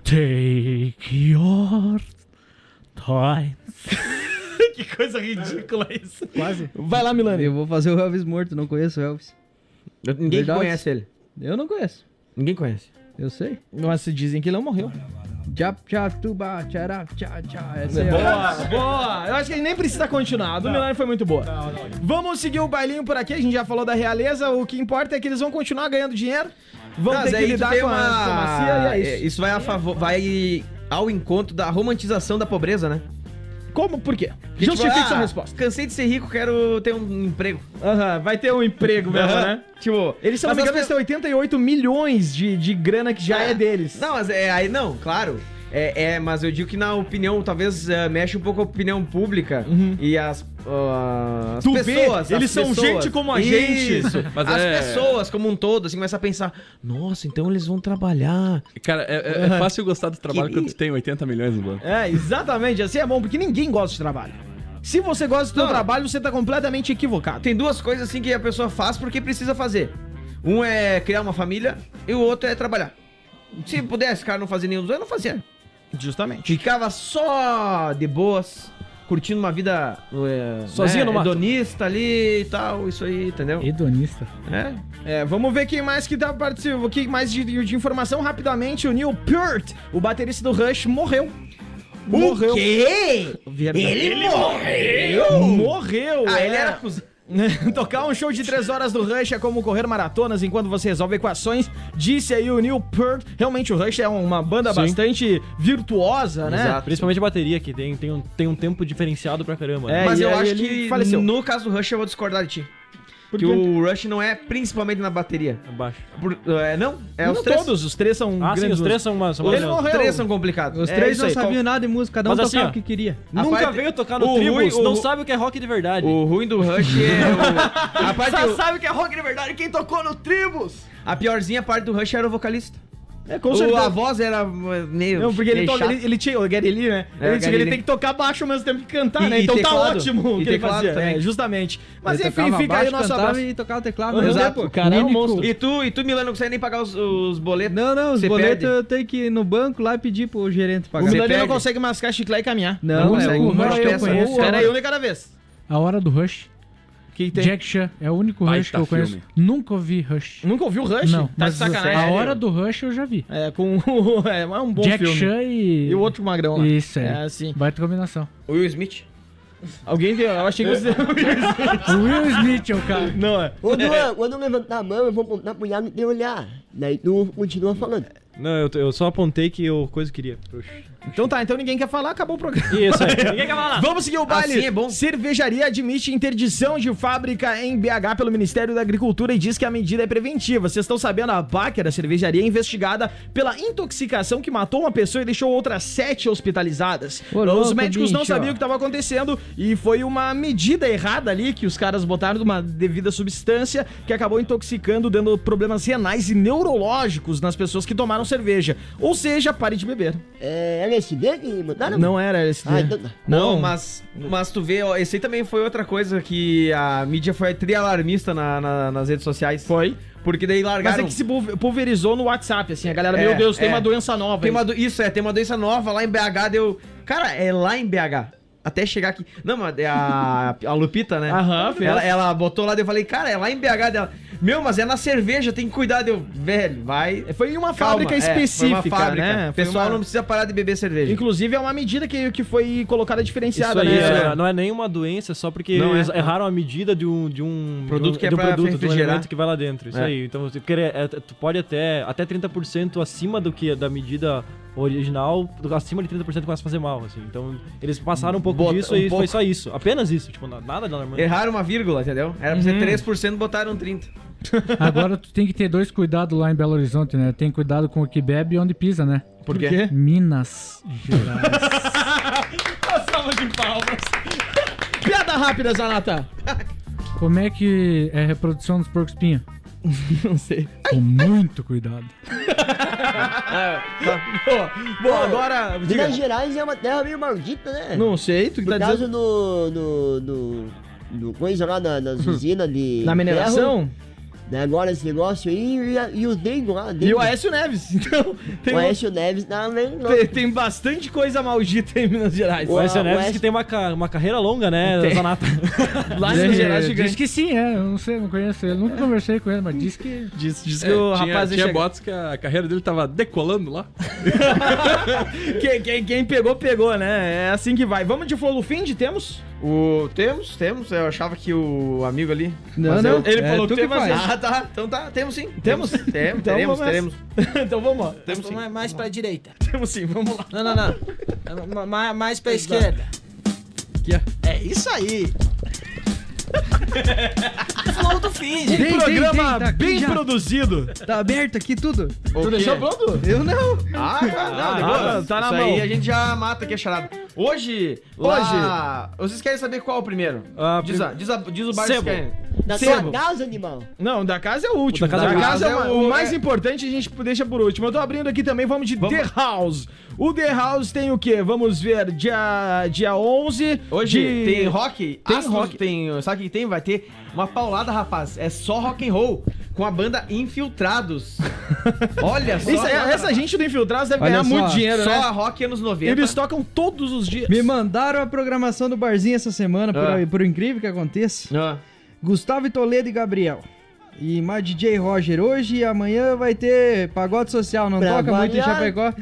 G: Take your time.
A: Que coisa ridícula isso.
E: Quase.
H: Vai lá, Milani.
E: Eu vou fazer o Elvis morto, não conheço o Elvis.
C: Ninguém
E: Verdade.
C: conhece ele.
E: Eu não conheço.
C: Ninguém conhece.
E: Eu sei.
H: Mas se dizem que ele não morreu.
E: Tchap, tchap, tuba, tchará, tchá, tchá. Essa é a-
A: Boa, boa. Eu acho que ele nem precisa continuar. A do Milani foi muito boa. Vamos seguir o bailinho por aqui. A gente já falou da realeza. O que importa é que eles vão continuar ganhando dinheiro. Vão
C: Mas
A: ter que
C: aí tu
A: lidar
C: tem
A: com a
C: uma-
A: diplomacia e é
C: é,
A: isso.
C: Isso vai a favor, vai ao encontro da romantização da pobreza, né?
A: Como? Por quê?
C: Que tipo,
A: Justifique
C: ah,
A: sua resposta.
C: Cansei de ser rico, quero ter um emprego.
A: Aham, vai ter um emprego mesmo,
C: Aham.
A: né?
C: Tipo,
A: Eles, se não
C: mas
A: me engano,
C: as
A: eles têm 88 milhões de, de grana que já é, deles.
C: Não, mas é aí não, claro. É, é, mas eu digo que na opinião, talvez é, mexe um pouco a opinião pública e as, ah, as
A: Uhum. Tu vê,
C: pessoas. as
A: eles são
C: pessoas.
A: gente como a gente.
C: Isso.
F: Mas
C: as
F: é-
C: pessoas como um todo, assim, começa a pensar: nossa, então eles vão trabalhar.
F: Cara, é, é- é fácil gostar do trabalho quando tu tem 80 milhões no banco.
A: É, exatamente. Assim é bom, porque ninguém gosta de trabalho. Se você gosta do seu trabalho, você tá completamente equivocado.
C: Tem duas coisas assim que a pessoa faz porque precisa fazer. Um é criar uma família e o outro é trabalhar. Se pudesse, cara, não fazer nenhum dos dois, eu não fazia.
A: Justamente.
C: Ficava só de boas, curtindo uma vida é,
H: Sozinho no mato.
C: hedonista ali e tal, isso aí, entendeu?
G: Hedonista.
C: É.
A: É, vamos ver quem mais que tá participando. Quem mais de, de informação rapidamente? O Neil Peart, o baterista do Rush, morreu. morreu.
C: quê? Ele morreu?
A: Morreu!
C: Ah,
A: é.
C: ele era cuzão.
A: Tocar um show de 3 horas do Rush é como correr maratonas enquanto você resolve equações, disse aí o Neil Peart. Realmente, o Rush é uma banda bastante virtuosa, né?
C: Exato.
B: Principalmente a bateria, que tem, tem, um, tem um tempo diferenciado pra caramba.
A: É,
B: né?
C: Mas
A: e
C: eu
A: aí
C: acho
A: ele
C: que
A: faleceu.
C: no caso do Rush eu vou discordar de ti. Porque
A: quê?
C: o Rush não é principalmente na bateria.
B: Abaixo.
C: Por- é, não, é
A: Não
C: os três.
A: todos, os três são
B: Ah, sim,
A: grandes
B: os três são uma. São
A: Ele
B: uma-
A: morreu.
C: Os três são complicados.
E: Os
A: É
E: três
A: isso
E: não
A: aí,
E: sabiam nada de música, cada um
B: Mas assim,
E: tocava
B: ó.
E: o que queria.
B: Nunca
C: parte-
B: veio tocar no
C: o
B: Tribus,
C: Rui-
B: não
C: o-
B: sabe o que é rock de verdade.
C: O ruim do Rush é o... A, parte,
A: Só sabe que é rock de verdade quem tocou no Tribus.
C: a piorzinha parte do Rush era o vocalista.
A: É, com
C: Ou
A: certeza.
C: a voz era é, meio.
A: Não, porque ele,
C: meio
A: toca,
C: chata.
A: ele, ele tinha. O Gary Lee, né?
C: É,
A: ele tinha
C: o
A: que
C: Gary
A: ele
C: Lee.
A: tem que tocar baixo ao mesmo tempo que cantar,
C: E-
A: né?
C: e
A: Então tá
C: teclado.
A: ótimo o
C: E
A: que ele
C: teclado
A: fazia.
C: também.
A: É, justamente. Mas
E: Ele
A: enfim,
E: tocava
A: fica aí
E: baixo,
A: o nosso
E: cantava
A: abraço.
E: e tocava o teclado.
A: Aham.
E: mas é,
A: Exato.
E: pô.
B: O cara é um
E: Mímico.
B: monstro.
C: E tu, e tu, Milano, não consegue nem pagar os, os boletos.
E: Não, não, os
C: Cê
E: boletos
C: perde.
E: eu tenho que ir no banco lá e pedir pro gerente
A: O
E: pagar.
C: Cê
A: Milani não
C: perde.
A: consegue mascar chiclete e caminhar.
E: Não,
G: Não,
E: é
G: não, não,
E: um monte de
G: eu
E: peça.
G: conheço.
E: Pera
A: Era
E: aí,
A: aí, um de cada vez.
G: A hora do Rush.
A: Que tem.
G: Jack Chan é o único Rush
F: Baita
G: que eu conheço.
F: filme.
G: Nunca ouvi Rush.
A: Nunca ouviu o Rush?
G: Não,
A: tá de
G: mas
A: sacanagem.
G: a hora do Rush eu já vi.
A: É, com. o- é, é um bom
G: Jack
A: filme.
G: Chan e...
A: E o outro magrão lá.
G: Isso aí.
A: É assim.
G: Baita combinação.
C: O Will Smith.
A: Alguém deu. Eu achei que você.
G: O Will Smith é o cara.
A: não, é.
D: Ô, Duan, quando eu levantar a mão, eu vou apontar pro Iago e teu olhar. Daí tu continua falando.
B: Não, eu, eu só apontei que eu coisa queria.
A: Então tá, então ninguém quer falar, acabou o programa.
B: Isso aí. Ninguém quer falar.
A: Vamos seguir o baile.
C: Assim é bom.
A: Cervejaria admite interdição de fábrica em BH pelo Ministério da Agricultura e diz que a medida é preventiva. Vocês estão sabendo, a Baker, a cervejaria, é investigada pela intoxicação que matou uma pessoa e deixou outras sete hospitalizadas.
E: Ô,
A: Os
E: louco,
A: médicos não
E: bicho.
A: sabiam o que estava acontecendo e foi uma medida errada ali que os caras botaram de uma devida substância que acabou intoxicando, dando problemas renais e neurológicos nas pessoas que tomaram cerveja. Ou seja, pare de beber.
D: É LSD que mandaram?
A: Não era esse.
D: Ah, então tá.
C: Não, mas, mas tu vê, ó, esse aí também foi outra coisa que a mídia foi trialarmista na, na- nas redes sociais.
A: Foi.
C: Porque daí
A: Mas é
C: largaram.
A: que se pulver- pulverizou no WhatsApp, assim, a galera,
C: É,
A: meu Deus, tem
C: é.
A: uma doença nova.
C: Tem
A: aí.
C: uma do- Isso, é, tem uma doença nova lá em BH, deu. Cara, é lá em BH. Até chegar aqui. Não, mas é a, a Lupita, né?
A: Aham, fez.
C: ela, ela botou lá, daí eu falei, cara, é lá em BH dela. Meu, mas é na cerveja, tem que cuidar. Deu, velho, vai.
A: Foi em uma
C: Calma,
A: fábrica
C: é, foi uma
A: específica,
C: fábrica.
A: né?
C: O
A: Foi
C: pessoal
A: uma-
C: não precisa parar de beber cerveja.
A: Inclusive, é uma medida que, que foi colocada
B: Isso
A: diferenciada,
B: aí,
A: né?
B: é, não é nenhuma doença, só porque
C: Não
B: eles
C: é.
B: erraram a medida de um, de um
C: Produto
B: de um,
C: que é
B: de um
C: pra
B: produto, de um
C: refrigerar.
B: elemento que vai lá dentro. Isso
C: É.
B: aí. Então você quer, é, tu pode até até 30% acima do que da medida original, acima de 30% começa a fazer mal, assim. Então eles passaram um pouco
C: Bota
B: disso
C: um
B: e
C: pouco.
B: foi só isso, apenas isso, tipo na- nada de
A: É,
B: alarmante.
C: Erraram uma vírgula, entendeu? Era pra ser
A: Uhum.
C: 3%, botaram 30%.
G: Agora tu tem que ter dois cuidados lá em Belo Horizonte, né? Tem cuidado com o que bebe e onde pisa, né?
C: Por quê?
G: Minas Gerais.
A: Piada rápida, Zanata.
G: Como é que é a reprodução dos porcos espinhos?
A: Não sei.
G: Com muito cuidado.
A: Bom, agora. diga.
D: Minas Gerais é uma terra meio maldita, né?
A: Não sei, tu que
D: Por
A: tá
D: causa
A: dizendo.
D: do, do, do, do coisa lá na, nas usinas de.
A: Hum. Na mineração?
D: ferro, né, agora esse negócio aí, e, a- e o Dengo lá.
A: E
D: Dengo.
A: o Aécio Neves. Então, tem,
D: o Aécio Neves tá também. não.
A: tem, tem bastante coisa maldita em Minas Gerais.
J: O Aécio Neves
D: Aécio-
J: que tem uma, ca- uma carreira longa, né,
A: Tem.
J: Zanata?
G: Ah,
A: Lá em Minas Gerais,
G: Diz
A: gigante.
G: que sim, é. Eu não sei, não conheço ele. Nunca conversei com ele, mas diz que.
A: Diz, diz
F: É,
A: que o
F: tinha,
A: rapaz ia
F: tinha
A: chegar.
F: boatos que a carreira dele tava decolando lá.
A: Quem, quem- quem pegou, pegou, né? É assim que vai. Vamos de Flolufind, temos?
C: O... Temos, temos. Eu achava que o amigo ali.
E: Não,
C: Mas
E: não.
C: eu-
A: Ele
E: É,
A: falou
E: tu
A: que
E: que
A: tem
E: faz.
A: mas...
C: Ah, tá. Então tá. Temos sim.
A: Temos?
C: Temos,
A: Então
C: teremos,
A: vamos nessa.
C: teremos.
A: Então vamos lá.
C: Temos sim.
E: Mais, mais pra direita.
A: Temos sim, vamos lá.
E: Não, não, não. Ma- ma- mais pra esquerda. é? isso aí. Flow do Finge.
A: Um
E: Tem, tem,
A: programa
E: tem, tá aqui
A: bem
E: já.
A: produzido.
E: Tá aberto aqui tudo?
C: O quê?
A: pronto?
E: Eu não.
C: Ah, cara, não,
A: Ah,
C: demorou.
A: tá na
C: Isso
A: mão.
C: aí a gente já mata aqui a charada. Hoje, hoje, vocês querem saber qual primeiro?
A: Ah,
C: diz, a- diz, a- diz o bar que
A: Sebo.
C: querem.
D: Na
A: Sebo.
D: tua casa, animal.
A: Não, da casa é o último.
J: Da casa é o
A: é o, o mais importante, a gente deixa por último. Eu tô abrindo aqui também, vamos de The House. O The House tem o quê? Vamos ver, dia, dia 11.
C: Hoje
A: de-
C: tem rock,
A: Tem
C: Astros,
A: rock.
C: tem, sabe o que tem? Vai ter uma paulada, rapaz. É só rock and roll com a banda Infiltrados. Olha só.
A: Isso, é- essa gente do Infiltrados deve
E: Olha
A: ganhar
E: só,
A: muito dinheiro,
C: só
A: né?
C: a rock anos 90.
A: Eles tocam todos os dias.
E: Me mandaram a programação do barzinho essa semana,
C: Ah.
E: por, por incrível que aconteça.
C: Ah,
E: Gustavo e Toledo e Gabriel. E mais DJ Roger hoje e amanhã vai ter pagode social, não
D: Pra
E: toca muito em
D: variar.
E: Chapecó.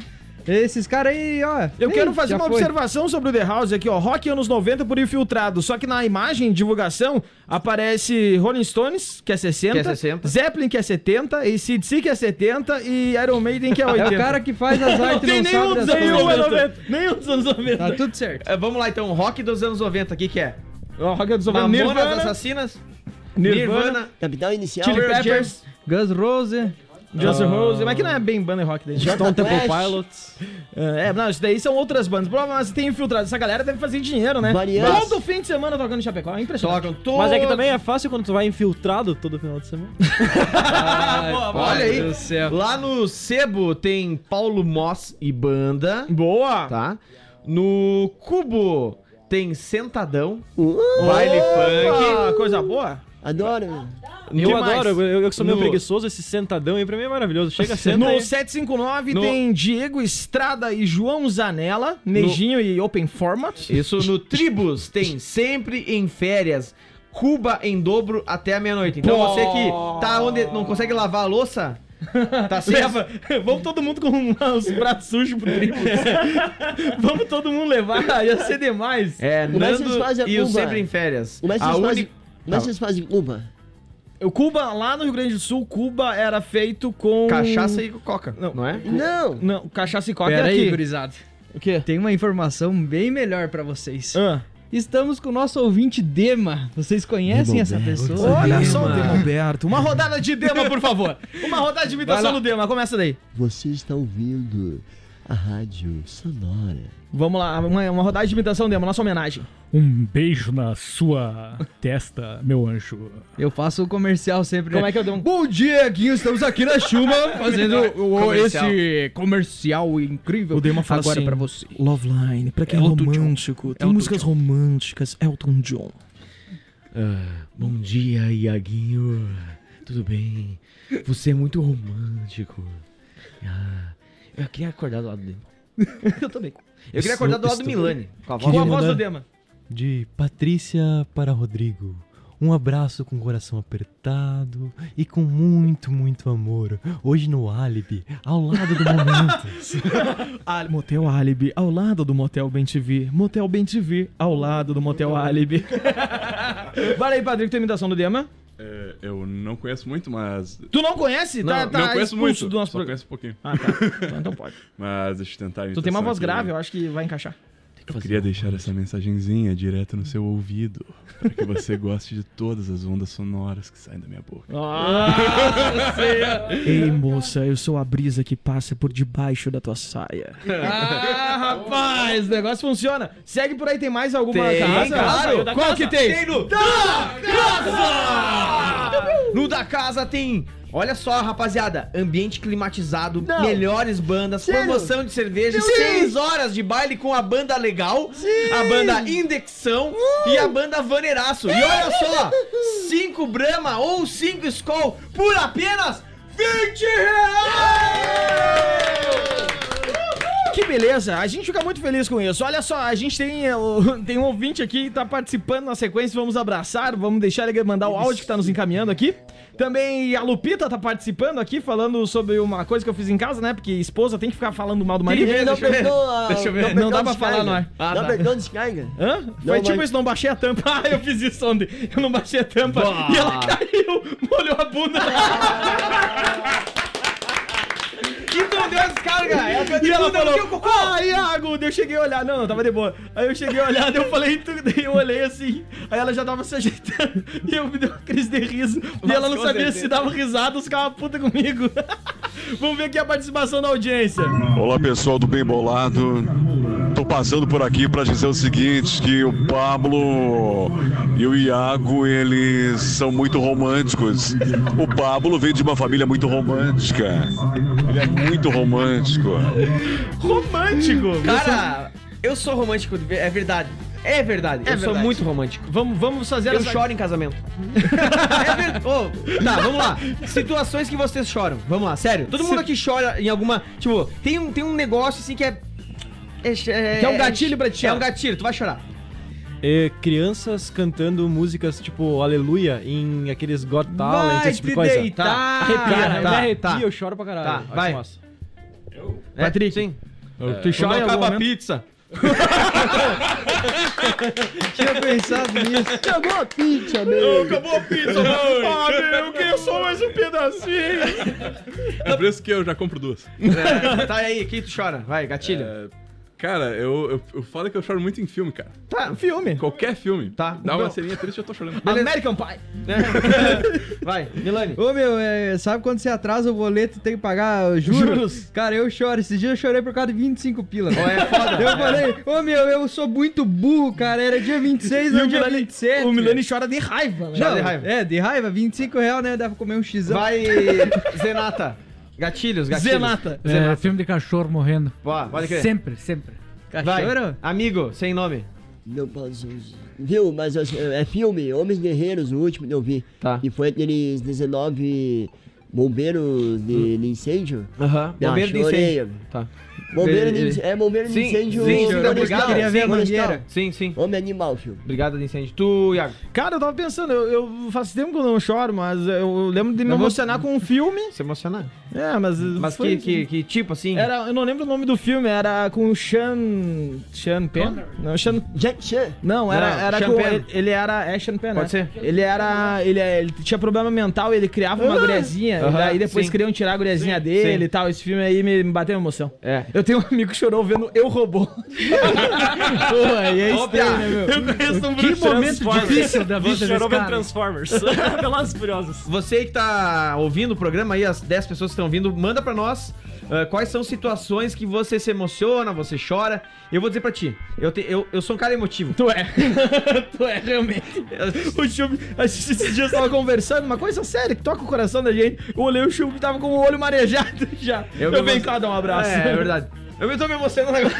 E: Esses caras aí, ó.
A: Eu
E: ei,
A: quero fazer
E: já
A: uma
E: foi.
A: observação sobre o The House aqui, ó. Rock anos 90 por infiltrado. Só que na imagem, divulgação, aparece Rolling Stones, que é 60,
C: Que é 60.
A: Zeppelin, que é 70, ACDC, que é 70 e Iron Maiden, que é
E: É
A: 80.
E: o cara que faz as artes e não
A: um
E: sabe das coisas.
A: Nenhum dos anos 90.
E: Tá tudo certo.
C: é, vamos lá então, rock dos anos 90, o que, que é?
A: Ó, rock anos 90.
C: Mamonas
A: Né, Nirvana,
C: Assassinas,
A: Nirvana,
D: Capital inicial.
A: Chili
C: Peppers,
A: Peppers,
E: Guns Rose.
A: Just Rose. Mas que não é bem banda rock daí.
D: Stone Temple
J: Pilots.
A: É, não, isso daí são outras bandas. Prova, mas tem infiltrado. Essa galera deve fazer dinheiro, né?
D: Variantes.
A: Todo fim de semana tocando em Chapecó. É impressionante.
C: Tocam todos.
J: Mas é que também é fácil quando tu vai infiltrado todo final de semana.
C: Olha aí.
E: Deus do céu.
C: Lá no Sebo tem Paulo Moss e banda,
A: Boa!
C: tá? No Cubo tem Sentadão,
D: Uh,
C: baile
A: Opa,
C: funk.
A: coisa boa.
D: adoro, meu.
C: No
J: eu
C: mais?
J: adoro, eu, eu que sou meio
C: No-
J: preguiçoso, esse sentadão aí pra mim é maravilhoso. Chega, senta
A: No
J: aí.
A: 759
C: No-
A: tem Diego Estrada e João Zanella, Neginho e Open Format.
C: Isso no Tribus tem sempre em férias. Cuba em dobro até a meia-noite. Então
A: Pô.
C: você que tá onde não consegue lavar a louça, tá certo?
A: Leva, vamos todo mundo com um os pratos sujos pro tribo. vamos todo mundo levar, ia ser demais.
C: É,
D: Como é que vocês
C: Nando
D: fazem a
C: e o
D: Cuba?
C: sempre em férias.
D: Como é que
C: a
D: vocês fazem,
C: única-
D: como é que vocês
A: Tá.
D: fazem Cuba?
A: O Cuba, lá no Rio Grande do Sul, Cuba era feito com...
C: Cachaça e coca,
A: Não.
C: não, é?
D: Não.
A: Não, cachaça e coca
E: Pera
A: é
E: aí,
A: aqui.
E: gurizada.
A: o quê?
E: Tem uma informação bem melhor pra vocês.
A: Ah.
E: Estamos com o nosso ouvinte Dema. Vocês conhecem essa pessoa?
A: Olha só o Dema Alberto. Uma rodada de Dema, por favor. Uma rodada de imitação do Dema, começa daí.
D: Você está ouvindo a rádio sonora.
A: Vamos lá, uma, uma rodada de imitação, Dema, nossa homenagem.
G: Um beijo na sua testa, meu anjo.
E: Eu faço o comercial sempre. né?
A: Como é que eu dei um...
E: Bom dia, Guinho. Estamos aqui na chuva fazendo o- o-
C: Comercial.
E: esse comercial incrível.
B: O Dema fala
E: agora é
B: assim,
E: pra você.
B: Loveline, pra quem é
E: Elton John.
B: romântico, tem
E: Elton
B: músicas românticas, Elton John.
C: Bom dia, Iaguinho. Tudo bem? Você é muito romântico. Ah, eu queria acordar do lado dele.
A: Eu também.
C: Eu queria acordar do lado do Milani. Com a voz.
B: Queria
A: Com a voz
E: né?
A: do
B: mandar-
A: Dema.
B: De Patrícia para Rodrigo. Um abraço com o coração apertado e com muito, muito amor. Hoje no Alibi, ao lado do Momentos.
A: Ali- motel Alibi, ao lado do Motel Bem TV. Motel Bem TV, ao lado do Motel Alibi. Vai aí, Patrick, tem imitação do Dema.
F: É, eu não conheço muito, mas.
A: Tu não conhece? Tá,
F: não, não conheço
A: expulso
F: muito.
A: do nosso
F: só
A: programa.
F: conheço um pouquinho.
A: Ah, tá. Então, então pode.
F: Mas deixa eu tentar. a
A: Tu tem uma
F: imitação
A: voz
F: aqui.
A: grave, eu acho que vai encaixar.
F: Eu queria deixar essa mensagenzinha direto no seu ouvido, para que você goste de todas as ondas sonoras que saem da minha boca.
A: Ei, moça, eu sou a brisa que passa por debaixo da tua saia. Ah, rapaz, o negócio funciona. Segue por aí, tem mais alguma
C: Tem,
A: casa?
C: claro.
A: Qual que tem? Da casa!
C: No da casa tem. Olha só, rapaziada, ambiente climatizado,
K: Não.
C: melhores bandas,
K: Sério?
C: promoção de cerveja,
K: Meu
C: 6
K: Deus.
C: horas de baile com a banda legal,
K: Sim.
C: a banda Indexão e a banda Vaneiraço. E olha só, 5 Brahma ou 5 Skol por apenas 20 reais!
A: Que beleza, a gente fica muito feliz com isso. Olha só, a gente tem, eh, o- tem um ouvinte aqui que tá participando na sequência, vamos abraçar, vamos deixar ele mandar o áudio que tá nos encaminhando aqui. Também a Lupita tá participando aqui, falando sobre uma coisa que eu fiz em casa, né? Porque esposa tem que ficar falando mal do marido.
D: Ninguém não
A: Deixa eu ver.
D: apertou a-
A: Deixa eu ver.
D: não
A: Não dá pra
D: apertou a
A: falar, não é?
D: descarga. Não apertou a descarga.
A: Hã?
D: Não,
A: Foi tipo
D: mas-
A: isso, não baixei a tampa. Ah, eu fiz isso ontem. Eu não baixei a tampa
K: Bah.
A: e ela caiu, molhou a bunda.
C: Então deu a descarga. Ela
A: E ela
C: falou,
A: falou, ah, Iago, daí eu cheguei a olhar, não, não, tava de boa. Aí eu cheguei a olhar, daí eu falei tudo, daí eu olhei assim, aí ela já tava se ajeitando, e eu me dei uma crise de riso, e
K: Mas
A: ela não
K: com
A: sabia
K: certeza.
A: se dava risada ou se ficava puta comigo. Vamos ver aqui a participação da audiência.
L: Olá pessoal do Bem Bolado. Tô passando por aqui para dizer o seguinte, que o Pablo e o Iago, eles são muito românticos. O Pablo vem de uma família muito romântica. Ele é muito romântico.
A: Romântico!
C: Cara, eu sou romântico, é verdade. É verdade, eu sou muito romântico.
A: Vamos, vamos fazer
C: Eu choro em casamento. é verdade. tá, vamos lá. Situações que vocês choram. Vamos lá, sério. Todo mundo aqui chora em alguma. Tipo, tem um, tem um negócio assim que é. É,
A: Que é um gatilho pra ti
C: É
A: chorar.
C: um gatilho, tu vai chorar.
B: É, crianças cantando músicas tipo Aleluia em aqueles Got Talent,
C: Vai
B: esse tipo de
C: te
B: coisa.
C: deitar.
B: Arrepia,
C: Tá,
B: me
C: tá,
B: arrepia,
C: tá.
B: eu choro pra caralho.
C: Tá,
B: Acho
C: vai.
B: massa.
C: É, Patrick. Sim.
B: Tu chora em algum
C: acaba a
B: momento?
C: pizza.
E: Tinha pensado nisso.
D: Acabou a pizza, meu.
K: Acabou a pizza,
D: mãe.
K: Ah,
A: meu, quem sou mais um pedacinho?
F: É por isso que eu já compro duas.
C: É, tá aí, quem tu chora? Vai, gatilho.
F: É, cara, eu, eu, eu falo que eu choro muito em filme, cara.
A: Tá, filme.
F: Qualquer filme.
C: Tá.
F: Dá uma
C: Não.
F: serinha triste, eu tô chorando.
A: American Pie.
C: Vai, Milani.
E: É. Ô meu, é, sabe quando você atrasa o boleto e tem que pagar os juros?
A: Juros.
E: Cara, eu choro. Esses dias eu chorei por causa de 25 pila.
C: é foda.
E: Eu falei, ô meu, eu sou muito burro, cara. Era dia 26
A: E
E: ou
A: o
E: dia
A: Milani-
E: 27.
A: O Milani chora de raiva, né?
E: Não,
C: de raiva.
E: É, de raiva, 25 real, né? Dá pra comer um xizão.
C: Vai, Zenata. Gatilhos, gatilhos.
A: Zenata.
G: É, filme de cachorro morrendo.
C: Ó, pode crer.
G: Sempre, sempre.
C: Vai.
E: Cachorro?
C: Amigo, sem nome.
D: Meu Jesus. Viu? Mas eu- é filme, Homens Guerreiros, o último que eu vi.
C: Tá.
D: E foi aqueles 19 bombeiros de, de incêndio.
C: Aham.
D: Ah,
C: Hum. Bombeiro de
D: chorei.
C: incêndio. Tá.
D: Bombeiro de
C: Ele-
D: incê- É bombeiro de
C: Sim,
D: incêndio.
C: sim, sim,
D: florestal.
C: obrigado. Queria ver a
D: Florestal.
C: mangueira. Sim, sim.
D: Homem animal, filho.
C: Obrigado, Incêndio. Tu, Iago.
A: Cara, eu tava pensando, eu, eu faz tempo que eu não choro, mas eu lembro de me
C: Não vou-
A: emocionar com um filme.
C: Se emocionar.
A: É, mas.
C: Mas
A: foi-
C: que, que, que tipo assim?
A: é. Era, eu não lembro o nome do filme, era com o Sean. Sean Penn? Não, Sean.
D: Jack Chan.
A: Não, era,
C: Não,
A: era
C: Sean
A: com.
C: Penn.
A: Ele, ele era. É Sean Penn,
C: Pode
A: né?
C: ser.
A: Ele era. Ele, ele tinha problema mental, ele criava uma
C: Ah.
A: guriazinha.
C: Aham,
A: e daí depois
C: sim.
A: queriam tirar a guriazinha dele
C: sim.
A: e tal. Esse filme aí me, me bateu uma emoção.
C: É.
A: Eu tenho um amigo que chorou vendo Eu Robô. Pô, aí é
C: Ó,
A: estranho,
C: Pia,
A: né, meu?
B: Eu conheço um
G: Que momento difícil da vida
B: Você
G: desse
B: chorou vendo
G: cara.
B: Transformers. Pelas Furiosas.
C: Você que tá ouvindo o programa aí, as 10 pessoas que estão ouvindo, manda pra nós ah, quais são situações que você se emociona, você chora. Eu vou dizer pra ti, eu, te- eu, eu sou um cara emotivo.
A: Tu é. tu é, realmente. O Chubb, a gente esses dias tava conversando, uma coisa séria que toca o coração da gente. Eu olhei o Chubb que tava com o olho marejado já. Eu, venho
C: me emociono-
A: cá dar um abraço.
C: É, é verdade. Eu me tô me emocionando agora.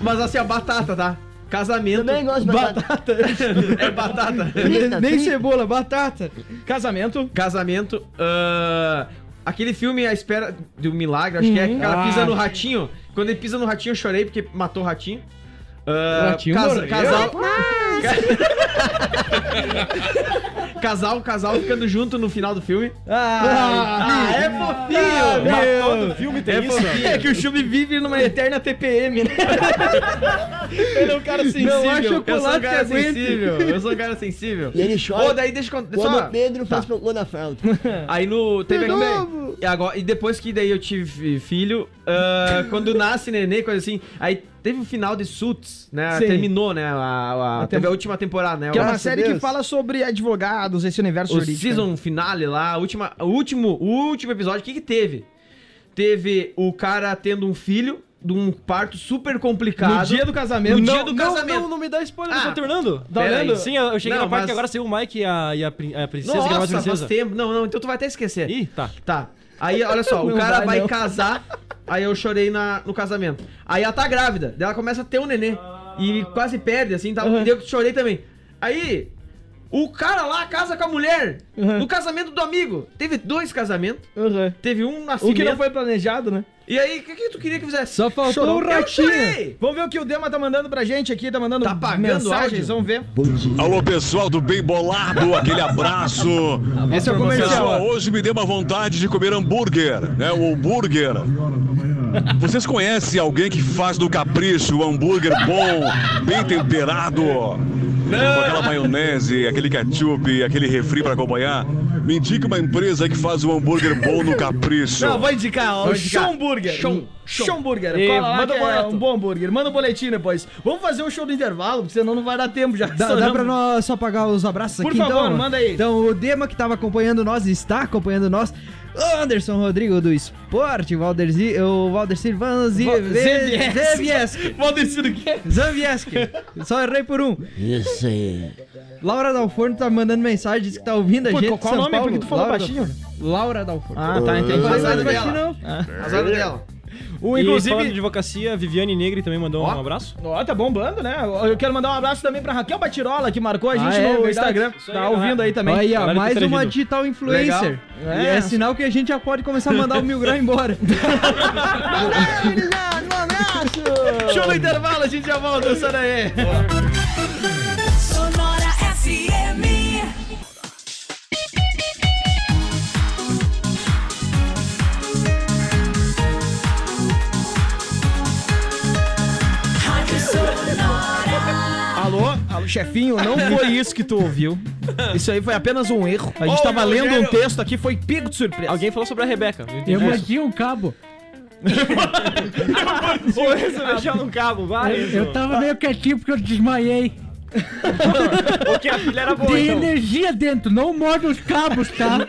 C: Mas assim, a batata, tá? Casamento.
D: Também gosto de batata.
C: É batata.
D: Frita, assim.
E: Nem
D: frita.
E: cebola, batata.
A: Casamento.
C: Casamento. ah, aquele filme A Espera de um Milagre, acho que é. Que o cara pisa no ratinho. Quando ele pisa no ratinho, eu chorei porque matou o ratinho. Ah,
E: Ratinho
C: casa,
E: mordeu.
C: casal. Ca- casal, casal ficando junto no final do filme.
A: Ah,
C: é fofinho!
A: meu.
B: Todo filme tem isso.
A: É que o Chubb vive numa eterna TPM, né? Ele é um cara sensível.
C: Não há
A: Eu sou um
C: chocolate que
A: cara
C: aguente.
A: sensível.
C: Eu sou um cara sensível.
D: E ele chora.
C: Ô, daí deixa eu contar.
D: Quando
C: só-
D: o Pedro faz
C: Tá.
D: cocô na fralda.
C: Aí no. Teve também. E, agora, e depois que daí eu tive filho, ah, quando nasce neném, coisa assim. Aí teve o final de Suits, né?
A: Sim.
C: Terminou, né? A, a-
A: A
C: teve
A: tem-
C: a última temporada, né?
A: Que é uma
C: O-
A: série que fala né? sobre advogados, esse universo
C: o
A: jurídico.
C: season finale lá, a última, o último, o último episódio, o que que teve? Teve o cara tendo um filho de um parto super complicado.
B: No dia do casamento.
C: No
B: Não,
C: dia do
B: não,
C: casamento.
B: não, não me dá spoiler,
A: Ah,
B: eu tô
C: terminando.
B: Tá olhando? Sim, eu eu cheguei na parte que agora saiu o Mike e a, e a, prin- a
A: é
B: princesa. que era uma
C: Nossa,
B: princesa.
C: faz tempo. Não, não, então tu vai até esquecer.
B: Ih, tá.
C: Tá. Aí, olha só, o
B: Não
C: cara
B: vai,
C: vai
B: não.
C: casar, aí eu chorei na, no casamento. Aí ela tá grávida, daí ela começa a ter um nenê.
A: Ah.
C: E quase perde, assim, tá? E eu chorei também. Aí, o cara lá casa com a mulher, no casamento do amigo. Teve dois casamentos, teve um nascimento.
A: O que não foi planejado, né?
C: E aí, o que, que tu queria que fizesse?
A: Só faltou
C: Chorou.
A: o
C: Eu
A: ratinho.
C: chorei!
A: Vamos ver o que o Dema tá mandando pra gente aqui. Tá mandando mensagens, vamos ver.
L: Alô, pessoal do Bem Bolado, aquele abraço.
A: Esse é o comercial.
L: Pessoal, hoje me deu uma vontade de comer hambúrguer, né? O hambúrguer. Vocês conhecem alguém que faz do capricho um hambúrguer bom, bem temperado? Com aquela maionese, aquele ketchup, aquele refri pra acompanhar? Me indica uma empresa que faz um hambúrguer bom no capricho.
A: Não, vou indicar, ó,
L: Vou
A: o
L: indicar.
A: Show Burger.
L: Show.
A: Show Burger.
L: E
A: Cola lá
L: manda
A: que
L: um
A: é
L: boleto.
A: um bom hambúrguer. Manda um boletim depois. Vamos fazer um show do intervalo, porque senão não vai dar tempo já.
E: Dá,
A: Só
E: dá
A: não-
E: pra nós só pagar os abraços
A: Por
E: aqui,
A: favor,
E: então?
A: manda aí.
E: Então, o Dema que tava acompanhando nós, está acompanhando nós, Anderson Rodrigo do Esporte, Valderzi, o Valder Silvan
A: Zevieski.
E: Zevieski.
A: Valdeci do quê?
E: Zambieski. Só errei por um.
D: Isso aí.
E: Laura Dalforno tá mandando mensagem, diz que tá ouvindo a
A: Pô,
E: gente.
A: qual-
E: de
A: qual o
E: São
A: nome?
E: Paulo.
A: Porque tu falou
E: Laura
A: baixinho,
E: Dalforno. Laura Dalforno.
A: Ah, tá, entendi.
E: Não faz mais
A: Azar
E: baixinho,
A: dela.
E: não.
A: Azar dela. O,
B: E
A: inclusive-
B: falando de advocacia, a Viviane Negri também mandou um abraço.
A: Ó, tá bombando, né? Eu quero mandar um abraço também pra Raquel Batirola, que marcou a gente
E: Ah, é,
A: no
E: verdade.
A: Instagram.
E: Isso aí,
A: Tá
B: né?
A: ouvindo aí também.
E: Aí, ó,
A: Caralho,
E: mais
A: que
E: uma
A: trejido.
E: digital influencer.
A: Legal.
E: E É. sinal que a gente já pode começar a mandar o Mil Grau embora.
A: Show no intervalo, a gente já volta, sai daí.
K: Sonora FM. Rádio Sonora.
A: Alô? Alô, chefinho, não foi isso que tu ouviu. Isso aí foi apenas um erro. A gente tava lendo um texto aqui, foi pego de surpresa. Alguém falou sobre a Rebeca.
G: Eu mordi um cabo.
B: Isso, mexendo
A: um
B: no cabo,
C: Ah,
B: vai.
G: Eu, eu tava meio quietinho porque eu desmaiei.
B: Porque a filha era boa,
G: Tem
B: então.
G: energia dentro, não morde os cabos, tá?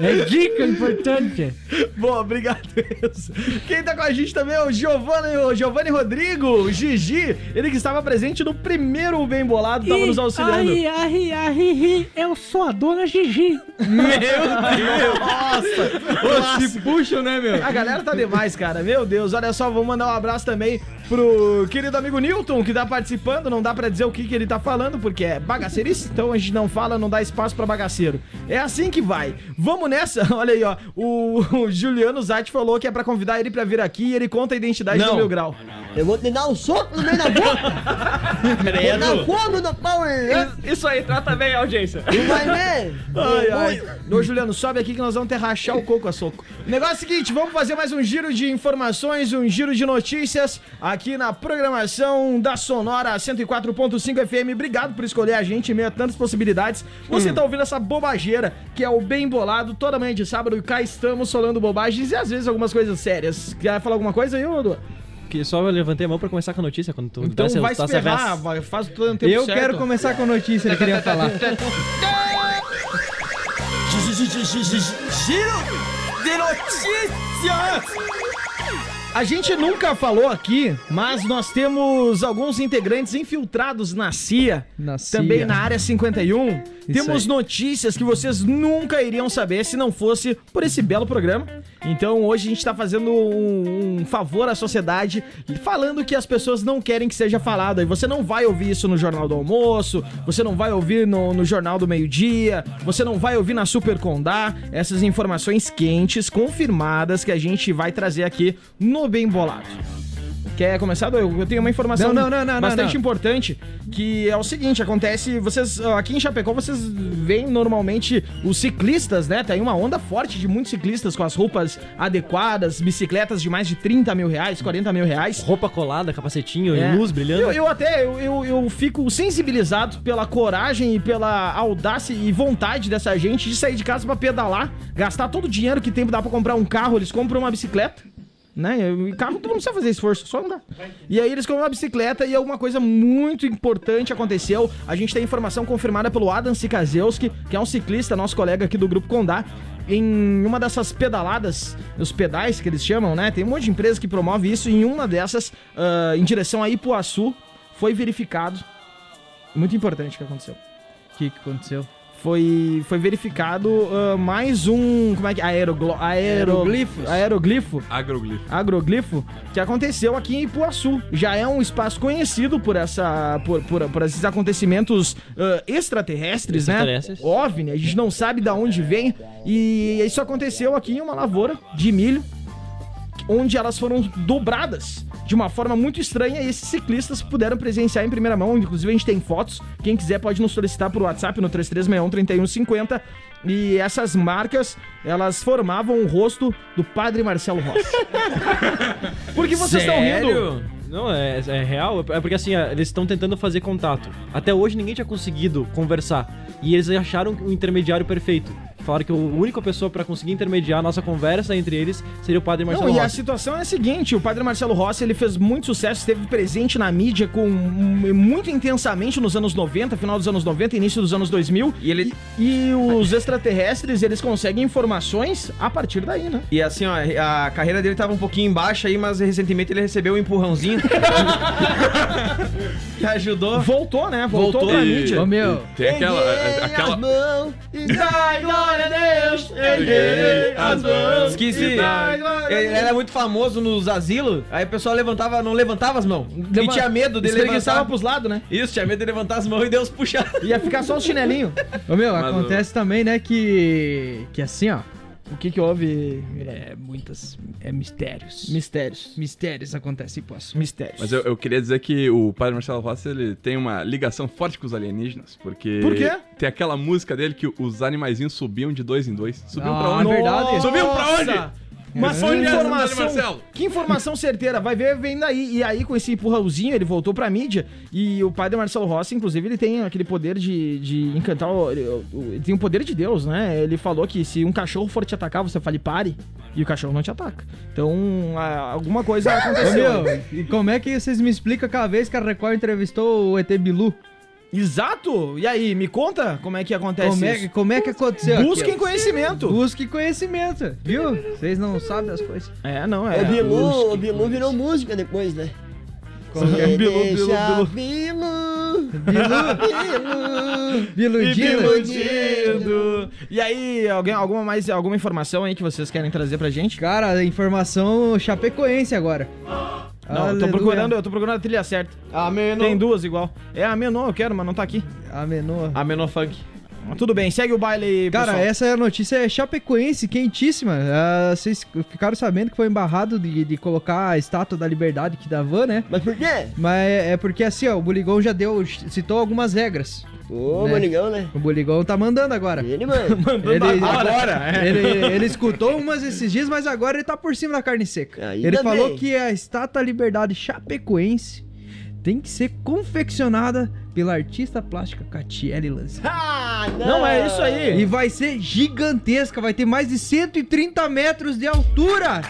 G: é dica importante.
A: Boa, obrigado, Enzo. Quem tá com a gente também é o Giovanni, o Giovanni Rodrigo, o Gigi, ele que estava presente no primeiro Bem Bolado, tava nos auxiliando.
G: Ai, ai, ai, ai, eu sou a dona Gigi.
A: Meu Deus! Nossa!
G: Se puxam, né, meu?
A: A galera tá demais, cara. Meu Deus, olha só, vou mandar um abraço também pro querido amigo Newton, que tá participando. Não dá pra dizer o que, que ele tá falando, porque é bagaceirista, então a gente não fala, não dá espaço pra bagaceiro. É assim que vai. Vamos nessa, olha aí, ó. O, o Juliano Zatti falou que é pra convidar ele pra vir aqui e ele conta a identidade
D: Não.
A: do Mil Grau.
D: Eu vou te dar um soco no meio da boca. Vou dar um fogo no pau. né?
B: Isso aí, trata bem a audiência.
D: Tu vai ver.
A: Ai, ai. Ô, Juliano, sobe aqui que nós vamos ter rachar o coco a soco. O negócio é o seguinte, vamos fazer mais um giro de informações, um giro de notícias aqui na programação da Sonora 104.5 FM. Obrigado por escolher a gente em meio a tantas possibilidades. Você tá ouvindo essa bobageira, que é o Bem Bolado, toda manhã de sábado e cá estamos solando bobagens e às vezes algumas coisas sérias. Quer falar alguma coisa aí, Odu?
B: Que só eu levantei a mão pra começar com a notícia quando tu
A: Então
B: essa-
A: vai
B: essa
A: esperar,
B: vez.
A: vai, faz todo o tempo
E: Eu
A: certo.
E: quero começar com a notícia, ele queria falar.
A: Giro de notícias! A gente nunca falou aqui, mas nós temos alguns integrantes infiltrados na CIA,
E: CIA.
A: também na área 51. temos
E: aí.
A: notícias que vocês nunca iriam saber se não fosse por esse belo programa. Então hoje a gente tá fazendo um, um favor à sociedade, falando que as pessoas não querem que seja falado. E você não vai ouvir isso no Jornal do Almoço, você não vai ouvir no, no Jornal do Meio-Dia, você não vai ouvir na Super Condá. Essas informações quentes, confirmadas, que a gente vai trazer aqui no Bem Bolado. Quer começar? Dô? Eu eu tenho uma informação
E: Não, não, não, não, não,
A: bastante
E: não.
A: importante, que é o seguinte, acontece, vocês ó, aqui em Chapecó, vocês veem normalmente os ciclistas, né? Tem uma onda forte de muitos ciclistas com as roupas adequadas, bicicletas de mais de 30 mil reais, 40 mil reais.
B: Roupa colada, capacetinho,
A: É.
B: e luz brilhando.
A: Eu, eu até eu, eu, eu fico sensibilizado pela coragem e pela audácia e vontade dessa gente de sair de casa pra pedalar, gastar todo o dinheiro que tem dá pra comprar um carro, eles compram uma bicicleta. Né? E carro tu não precisa fazer esforço, só andar. E aí eles compram uma bicicleta e alguma coisa muito importante aconteceu. A gente tem informação confirmada pelo Adam Sikazewski, que é um ciclista, nosso colega aqui do Grupo Condá, em uma dessas pedaladas, os pedais que eles chamam, né? Tem um monte de empresa que promove isso. E em uma dessas, ah, em direção a Ipuaçu, foi verificado. Muito importante o que aconteceu.
E: O que, que aconteceu?
A: Foi, foi verificado ah, mais um. Como é que. Aeroglo, aero,
E: Aeroglifos.
A: Aeroglifo
F: Agroglifo.
A: agroglifo que aconteceu aqui em Ipuaçu. Já é um espaço conhecido por essa por, por, por esses acontecimentos ah, extraterrestres,
G: Extraterrestres.
A: né? OVNI, a gente não sabe de onde vem. E isso aconteceu aqui em uma lavoura de milho, onde elas foram dobradas de uma forma muito estranha e esses ciclistas puderam presenciar em primeira mão. Inclusive, a gente tem fotos. Quem quiser pode nos solicitar por WhatsApp no 3361-3150. E essas marcas, elas formavam o rosto do padre Marcelo Rossi. Por que vocês estão rindo?
B: Sério? Não, é, é real. É porque assim, é, eles estão tentando fazer contato. Até hoje ninguém tinha conseguido conversar. E eles acharam um intermediário perfeito. Falaram que a única pessoa pra conseguir intermediar a nossa conversa entre eles seria o padre Marcelo
A: Não, e a
B: Rossi.
A: situação é a seguinte: o padre Marcelo Rossi ele fez muito sucesso, esteve presente na mídia com hum, muito intensamente nos anos 90, final dos anos 90, início dos anos 2000. E ele e, os extraterrestres eles conseguem informações a partir daí, né?
C: E assim, ó, a carreira dele tava um pouquinho embaixo aí, mas recentemente ele recebeu um empurrãozinho. que ajudou.
A: Voltou, né? Voltou, pra mídia.
E: Ô, meu.
F: E tem aquela. a- aquela...
A: Ai, glória a Deus!
C: erguei
F: as mãos
C: Esqueci.
F: e dai
C: Ele ele era muito famoso nos asilos, aí o pessoal levantava, não levantava as mãos. E tinha medo dele
A: Espreguiçava
C: levantar.
A: pros lados, né?
C: Isso, tinha medo de levantar as mãos e Deus puxar.
A: Ia ficar só o chinelinho.
E: Ô, meu,
F: Mas o-
E: acontece também, né, que... Que assim, ó.
A: O que que houve? Miranda?
E: É muitas... É mistérios.
A: Mistérios.
E: Mistérios acontecem, pô. assim.
A: Mistérios.
F: Mas eu, eu queria dizer que o padre Marcelo Rossi ele tem uma ligação forte com os alienígenas, porque.
A: Por quê?
F: Tem aquela música dele que os animaizinhos subiam de dois em dois. Subiam
E: Ah,
F: pra onde?
E: verdade.
F: Subiam pra
A: Nossa!
F: onde?
A: Mas que
F: Onde é essa, Dani
A: é informação,
F: Marcelo?
A: que informação certeira, vai ver, vem daí. E aí, com esse empurrãozinho, ele voltou pra mídia. E o padre Marcelo Rossi, inclusive, ele tem aquele poder de, de encantar. o- o- o- Ele tem o poder de Deus, né? Ele falou que se um cachorro for te atacar, você fale pare, e o cachorro não te ataca. Então, a- alguma coisa
E: Ô,
A: aconteceu.
E: meu, e como é que vocês me explicam aquela vez que a Record entrevistou o ET Bilu?
A: Exato! E aí, me conta como é que acontece
E: Como é,
A: isso.
E: como é que aconteceu
A: Busquem
E: aquilo?
A: conhecimento.
E: Busquem conhecimento, viu? Vocês não sabem das coisas.
A: É, não,
K: O
A: é.
K: Bilu, o Bilu virou música depois, né?
A: é?
K: Você
A: Bilu, Bilu,
K: deixa
A: Bilu.
K: Bilu. Bilu.
E: Biludina.
A: Iludido. E aí, alguém, alguma mais alguma informação aí que vocês querem trazer pra gente?
E: Cara, informação chapecoense agora.
A: Não, eu tô
E: Aleluia.
A: procurando, eu tô procurando a trilha certa.
E: Ah,
C: A menor.
A: Tem duas igual. É a menor, eu quero, mas não tá aqui.
E: A menor.
C: A menor funk.
A: Mas tudo bem, segue o baile aí,
E: Cara,
A: Ah, pessoal.
E: essa notícia é chapecoense, quentíssima. Ah, vocês ficaram sabendo que foi embarrado de, de colocar a estátua da liberdade aqui da van, né?
K: Mas por quê?
E: Mas é porque assim, ó, o Buligão já deu, citou algumas regras.
K: Ô,
E: Né?
K: Manigão, né?
E: O Buligão tá mandando agora.
K: Ele, mano.
E: Ele,
C: Agora!
E: ele, ele escutou umas esses dias, mas agora ele tá por cima da carne seca.
K: Ainda
E: ele falou
K: bem.
E: que a estátua Liberdade Chapecoense tem que ser confeccionada pela artista plástica Catiele Lance.
K: Ah, não.
A: Não, é isso aí.
E: E vai ser gigantesca, vai ter mais de 130 metros de altura.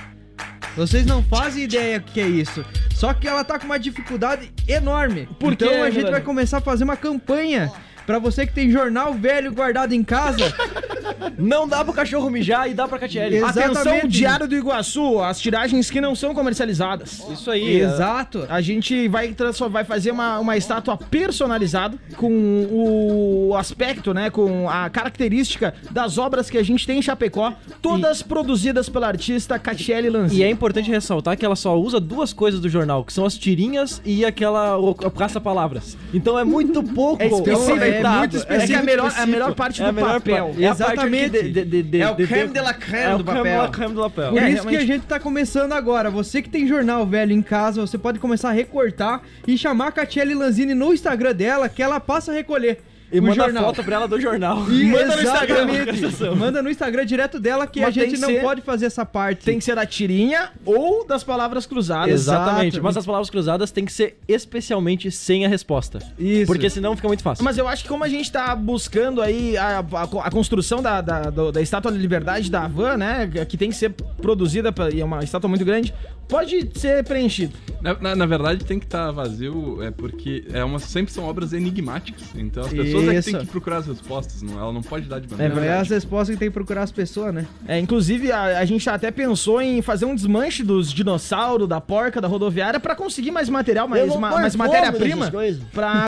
E: Vocês não fazem ideia o que é isso. Só que ela tá com uma dificuldade enorme.
A: Por
E: então
A: quê,
E: a gente
A: Milani?
E: vai começar a fazer uma campanha pra você que tem jornal velho guardado em casa.
B: Não dá pro cachorro mijar e dá pra Catiele.
E: Exato.
A: Atenção,
E: exatamente.
A: Diário do Iguaçu, as tiragens que não são comercializadas.
B: Isso aí.
E: Exato.
A: A gente vai, transform- vai fazer uma, uma estátua personalizada com o aspecto,
B: é
A: né? Com a característica das obras que a gente tem em Chapecó, todas produzidas pela artista Catiele Lanzini.
B: E é importante ressaltar que ela só usa duas coisas do jornal, que são as tirinhas e aquela o- o caça-palavras. Então é muito pouco.
A: É específico,
B: Então,
E: é muito
B: dado.
E: específico,
B: É que a melhor,
A: específico.
B: a melhor parte
A: É a
B: do
A: melhor
B: papel.
A: parte.
B: É a parte
E: Exatamente.
B: que de- de- de-
C: É o
B: de-
C: creme de la
B: É
C: creme
B: o
C: do
B: creme de la
C: papel.
B: creme do papel.
E: Por
A: É,
E: isso que a
A: realmente.
E: gente tá começando agora. Você que tem jornal velho em casa, você pode começar a recortar e chamar a Catiele Lanzini no Instagram dela, que ela passa a recolher.
B: E
E: o
B: manda
E: jornal.
B: foto pra ela do jornal.
E: E
B: manda
E: exatamente. Manda no Instagram direto dela que
A: Mas
E: a gente
A: tem que
E: não
A: ser-
E: pode fazer essa parte.
A: Tem que ser da tirinha ou das palavras cruzadas.
B: Exatamente.
A: Exato.
B: Mas as palavras cruzadas tem que ser especialmente sem a resposta.
E: Isso.
B: Porque senão fica muito fácil.
A: Mas eu acho que como a gente tá buscando aí a, a- a construção da, da, do- da Estátua da Liberdade da Havan, né? Que tem que ser produzida, pra- e é uma estátua muito grande, pode ser preenchido.
F: tá Na, na- na verdade, tem que estar vazio, é porque é uma, sempre são obras enigmáticas. Então as pessoas pessoas é que
A: Isso.
F: tem que procurar as respostas, não, ela não pode dar de
E: É,
F: maneira.
E: mas é as respostas que tem que procurar as pessoas, né?
A: É, inclusive, a, a gente até pensou em fazer um desmanche dos dinossauros, da porca, da rodoviária, pra conseguir mais material, mais,
D: Eu vou
A: ma-
D: pôr
A: mais
D: fogo
A: matéria-prima,
D: nessas coisas.
A: pra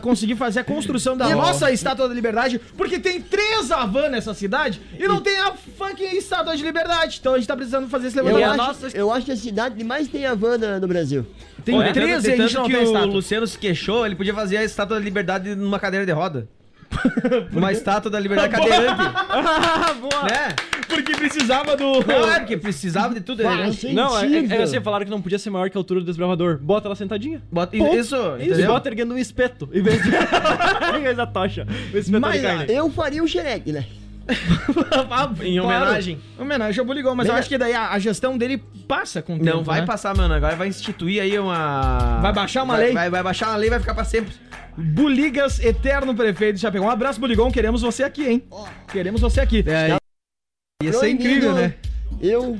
A: conseguir fazer a construção da
D: E- é
A: nossa Estátua da Liberdade, porque tem três Havan nessa cidade e não tem a fucking Estátua de Liberdade. Então a gente tá precisando fazer esse
D: Eu,
A: levantamento.
D: acho, eu acho que a cidade que mais tem Havana no Brasil.
A: Tem
C: Olha,
A: três é e
C: tanto-
A: a gente
C: tanto
A: não
C: que
A: tem a
C: o
A: estátua.
C: Luciano se queixou, ele podia fazer a estátua da liberdade numa cadeira de roda. Uma estátua da liberdade cadeirante.
A: Boa.
C: né?
A: Porque precisava do. é,
C: Claro que precisava de tudo. né?
B: é, Não, é, é, é assim, falaram que não podia ser maior que a altura do desbravador. Bota ela sentadinha.
C: Bota,
B: Ponto.
C: isso,
B: Isso,
C: entendeu?
B: bota erguendo um espeto. Em vez, de... em vez da tocha. O espeto
A: Mas,
B: de carne.
D: Eu faria o xereque, né?
B: Em homenagem.
A: Em homenagem ao Boligol, mas eu
B: Bem-
A: acho que daí a, a gestão dele passa com o tempo,
C: Não vai
A: né?
C: passar, mano. Agora vai instituir aí uma.
A: Vai baixar uma
C: Vai-
A: lei.
C: Vai, vai baixar uma lei e vai ficar pra sempre.
A: Buligas, eterno prefeito de Chapecó. Um abraço, Buligão. Queremos você aqui, hein? Queremos você aqui.
C: É, ia ser incrível, né?
D: Eu.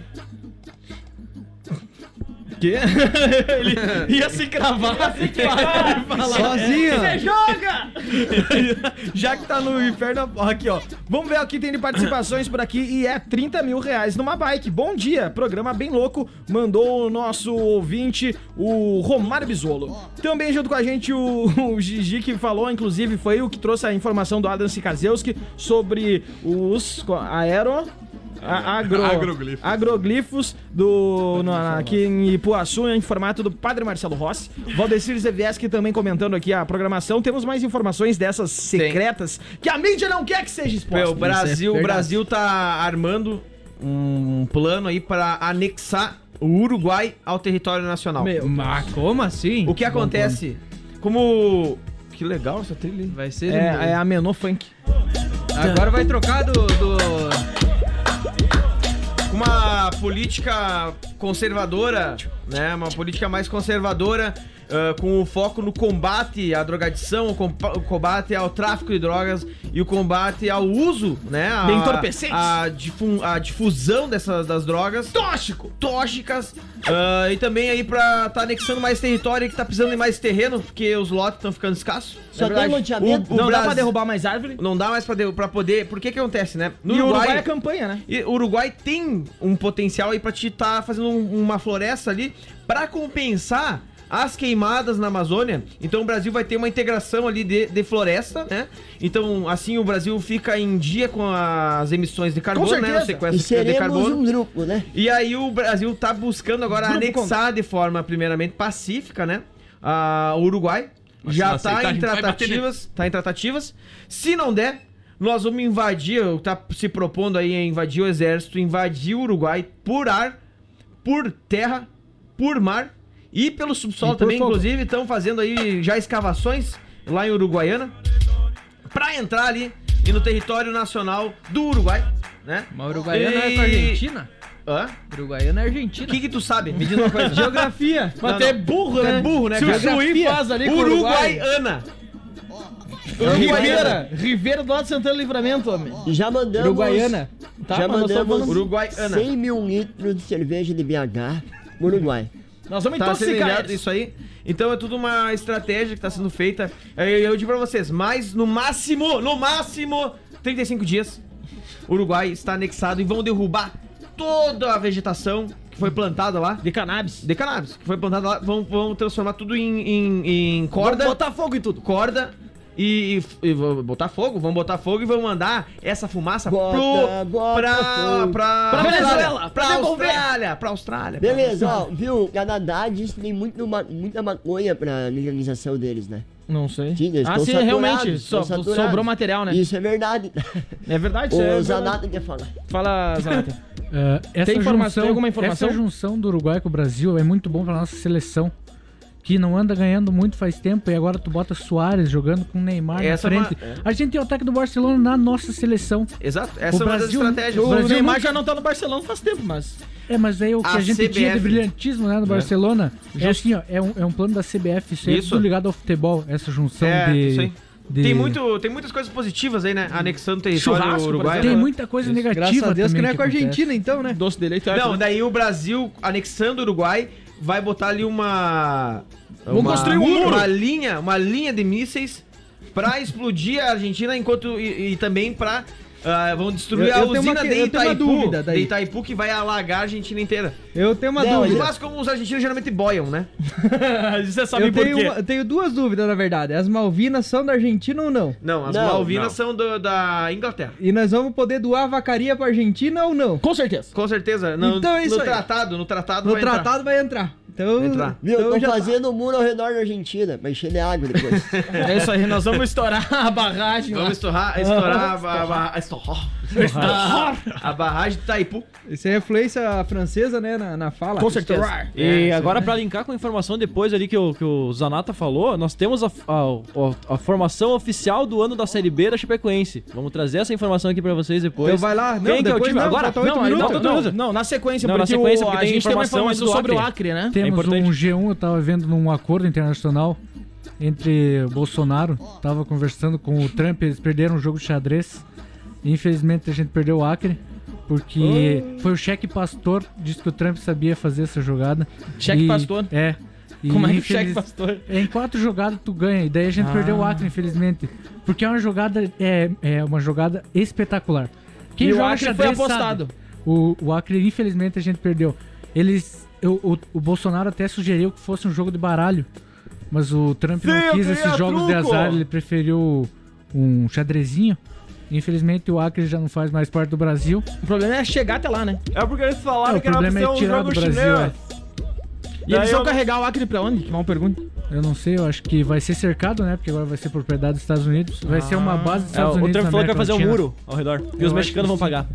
A: Que? Ele ia se cravar. Ele fala,
E: Sozinho.
A: "Você joga! Já que tá no inferno, ó, aqui, ó. Vamos ver o que tem de participações por aqui. E é 30 mil reais numa bike. Bom dia, programa bem louco. Mandou o nosso ouvinte, o Romário Bisolo. Também junto com a gente o, o Gigi, que falou, inclusive, foi o que trouxe a informação do Adam Sikazewski sobre os co- aero... a- agro-
F: Agroglifos.
A: agroglifos do, na- aqui em Ipuaçu, em formato do Padre Marcelo Rossi. Valdecir Zevieski também comentando aqui a programação. Temos mais informações dessas secretas que a mídia não quer que seja exposta.
C: Meu, o Brasil,
A: Isso é
C: o Brasil tá armando um plano aí pra anexar o Uruguai ao território nacional.
A: Meu,
E: Mas como assim?
C: O que acontece? Como. Que legal essa trilha, hein?
E: Vai ser.
A: verdade. É, é a menor funk. Tá.
E: Agora vai trocar do. do...
C: Com uma política conservadora, né? Uma política mais conservadora, ah, com o foco no combate à drogadição, o, compa- o combate ao tráfico de drogas e o combate ao uso, né? A,
A: De entorpecentes.
C: A, difu- a difusão dessas das drogas. Tóxico! Tóxicas. ah, e também aí pra tá anexando mais território que tá precisando de mais terreno, porque os lotes estão ficando escassos.
D: Só
C: É verdade.
D: tem loteamento?
C: O, o
A: Não dá pra
C: Brasil-
A: derrubar mais árvore?
C: Não dá mais pra, derru- pra poder. Por que que acontece, né? No
A: e o Uruguai é
C: Uruguai,
A: campanha, né?
C: e o Uruguai tem um potencial aí pra te estar fazendo um- uma floresta ali pra compensar as queimadas na Amazônia. Então o Brasil vai ter uma integração ali de, de floresta, né? Então assim o Brasil fica em dia com as emissões de carbono, né?
A: certeza.
C: O
D: E
C: sequestro de
D: seremos
C: carbono.
D: um grupo, né?
C: E aí o Brasil tá buscando agora
A: Grupo
C: anexar de forma primeiramente pacífica, né? a- O Uruguai
F: Mas se
C: já
F: não aceitar,
C: tá
F: a
C: em
F: gente vai bater
C: tratativas, tá em tratativas. Se não der, nós vamos invadir, o que tá se propondo aí é invadir o exército, invadir o Uruguai por ar, por terra, por mar e pelo subsolo também, inclusive, estão fazendo aí já escavações lá em Uruguaiana pra entrar ali e no território nacional do Uruguai, né?
E: Mas Uruguaiana é
C: E-
E: pra Argentina?
C: Hã?
E: Uruguaiana é
C: O
E: Argentina.
C: que que tu sabe? Me diz uma coisa.
E: Geografia.
C: Mas tu é burro, né? É burro, né?
E: Se o
C: cara?
E: Chuí faz ali com o Uruguai-
C: Uruguaiana.
A: Ribeira, Ribeira do lado de Santana Livramento, homem.
D: Já mandamos.
E: Uruguaiana.
A: Tá,
D: já
A: mas nós estamos
D: mandamos
A: falando-
C: Uruguaiana.
D: 100 mil litros de cerveja de BH pro Uruguai.
A: Nós vamos
E: Então,
C: Tá sendo
A: intoxicar
C: ligado
A: eles.
C: isso aí? Então é tudo uma estratégia que tá sendo feita. Eu, eu digo pra vocês, mas no máximo, no máximo, 35 dias, o Uruguai está anexado e vão derrubar toda a vegetação que foi plantada lá.
A: De cannabis.
C: De cannabis, que foi plantada lá, vão, vão transformar tudo em, em, em corda.
A: Vão botar fogo em tudo.
C: Corda. E, e- e vão botar fogo, vão botar fogo e vão mandar essa fumaça
D: Bota,
C: pro,
D: bota
C: pra,
D: fogo.
C: pra,
A: Pra Venezuela,
C: Austrália, pra
A: pra devolver.
C: Austrália, pra Austrália.
D: Beleza, ó, viu? O Canadá diz que tem muito ma- muita maconha pra legalização deles, né?
A: Não sei.
D: Sim, eles
A: ah,
D: tão
A: sim,
D: saturados,
A: realmente.
D: tão
A: so-
D: saturados.
A: sobrou material, né?
D: Isso é verdade.
A: É verdade, isso é
D: O
A: verdade.
D: Zanata quer falar.
A: Fala, Zanata.
G: Ah, essa
A: Tem informação-
G: junção-
A: tem alguma informação?
G: Essa junção do Uruguai com o Brasil é muito bom pra nossa seleção. Que não anda ganhando muito faz tempo e agora tu bota Soares jogando com o Neymar
C: Essa é
G: na
C: uma-
G: frente.
C: é.
G: A gente tem o ataque do Barcelona na nossa seleção.
C: Exato, essa
G: O
C: é uma das
G: Brasil-
C: estratégias. é
G: o
A: O
G: Brasil
A: Neymar
G: não-
A: já não tá no Barcelona faz tempo, mas.
G: É, mas aí o que
C: A
G: a, gente tinha de
C: CBF.
G: brilhantismo né, no Barcelona é assim, ó, é um, é um plano da CBF, isso, aí é
C: Isso.
G: tudo ligado ao futebol, essa junção
C: É,
G: de,
C: isso aí.
G: de-
C: Tem, muito, tem muitas coisas positivas aí, né? Anexando território
A: Churrasco,
C: uruguaiano.
G: né? Tem muita coisa negativa
E: Graças a Deus que
G: também
E: não é com a
G: acontece.
E: Argentina, então, né?
A: Doce dele aí,
C: Não, daí o Brasil, anexando o Uruguai, vai botar ali uma.
A: Vamos
C: uma-
A: construir um muro.
C: Uma linha, uma linha de mísseis pra explodir a Argentina, enquanto e, e também pra ah, vão destruir
E: Eu-
C: a
E: eu tenho
C: usina
E: uma que-
C: de
E: eu tenho uma
C: Itaipu,
E: dúvida daí. é-
C: de Itaipu que vai alagar a Argentina inteira.
E: Eu tenho uma
C: Não,
E: dúvida.
C: Mas como os argentinos geralmente boiam, né? Você
E: eu tenho, uma- eu tenho duas dúvidas, na verdade. As Malvinas são da Argentina ou não?
C: Não, as Malvinas são do- da Inglaterra.
E: E nós vamos poder doar vacaria pra Argentina ou não?
A: Com certeza.
C: Com certeza. No,
E: Então é isso
C: no
E: aí.
C: tratado, no tratado
E: No
C: vai entrar.
E: tratado vai entrar. Então,
D: Viu,
E: então
D: estão
E: já tá.
D: fazendo um muro ao redor da Argentina, mas cheio de água depois.
A: É isso aí, nós vamos estourar a barragem. lá.
C: Vamos estourar, estourar, a ba- a ba- estourar, estourar a barragem de Itaipu.
E: Isso é influência francesa, né, na, na fala.
C: Com certeza.
E: É,
B: E
E: isso
B: agora,
E: aí.
B: pra linkar com a informação depois ali que o, que o Zanata falou, nós temos a, a- a- a formação oficial do ano da Série B da Chapecoense. Vamos trazer essa informação aqui pra vocês depois.
A: Então vai lá. Não,
B: Quem que é o
A: depois
B: time?
A: não,
B: agora?
A: falta oito
B: aí
A: minutos.
B: falta
A: Não,
B: tudo.
A: não, na sequência,
B: Não, na
A: porque o-
B: sequência, porque
A: a
B: tem
A: gente tem uma
B: informação
A: informação
B: antes do
A: sobre o Acre, né? É
G: Temos
A: importante.
G: um G1, eu tava vendo num acordo internacional entre Bolsonaro, tava conversando com o Trump, eles perderam um jogo de xadrez. Infelizmente a gente perdeu o Acre, porque foi o cheque pastor, disse que o Trump sabia fazer essa jogada.
A: Cheque
G: E-
A: pastor?
G: É.
A: Como é que
G: infeliz-
A: cheque pastor?
G: Em quatro jogadas tu ganha, e daí a gente
A: Ah.
G: perdeu o Acre, infelizmente. Porque é uma jogada, é, é uma jogada espetacular. Quem
A: E o
G: joga
A: Acre foi
G: xadrez sabe.
A: apostado.
G: O, o Acre, infelizmente, a gente perdeu. Eles. O, o, o Bolsonaro até sugeriu que fosse um jogo de baralho. Mas o Trump não
A: Sim,
G: quis
A: eu
G: esses
A: queria
G: jogos de
A: truco.
G: azar, ele preferiu um xadrezinho. Infelizmente o Acre já não faz mais parte do Brasil.
A: O problema é chegar até lá, né?
M: É porque eles
G: É,
M: falaram
G: o problema
A: um
G: é tirar do Brasil. é.
A: E eles
G: Daí
A: vão
G: eu-
A: carregar o Acre pra onde? Que mal pergunta.
G: Eu não sei, eu acho que vai ser cercado, né? Porque agora vai ser propriedade dos Estados Unidos. Vai ser uma base dos
B: É, o
G: Estados Unidos.
B: Trump
G: na
B: falou que vai
G: América
B: fazer um
G: Latina.
B: muro ao redor. E
G: Eu
B: os
G: acho
B: mexicanos
G: que
B: vão
G: sim.
B: pagar.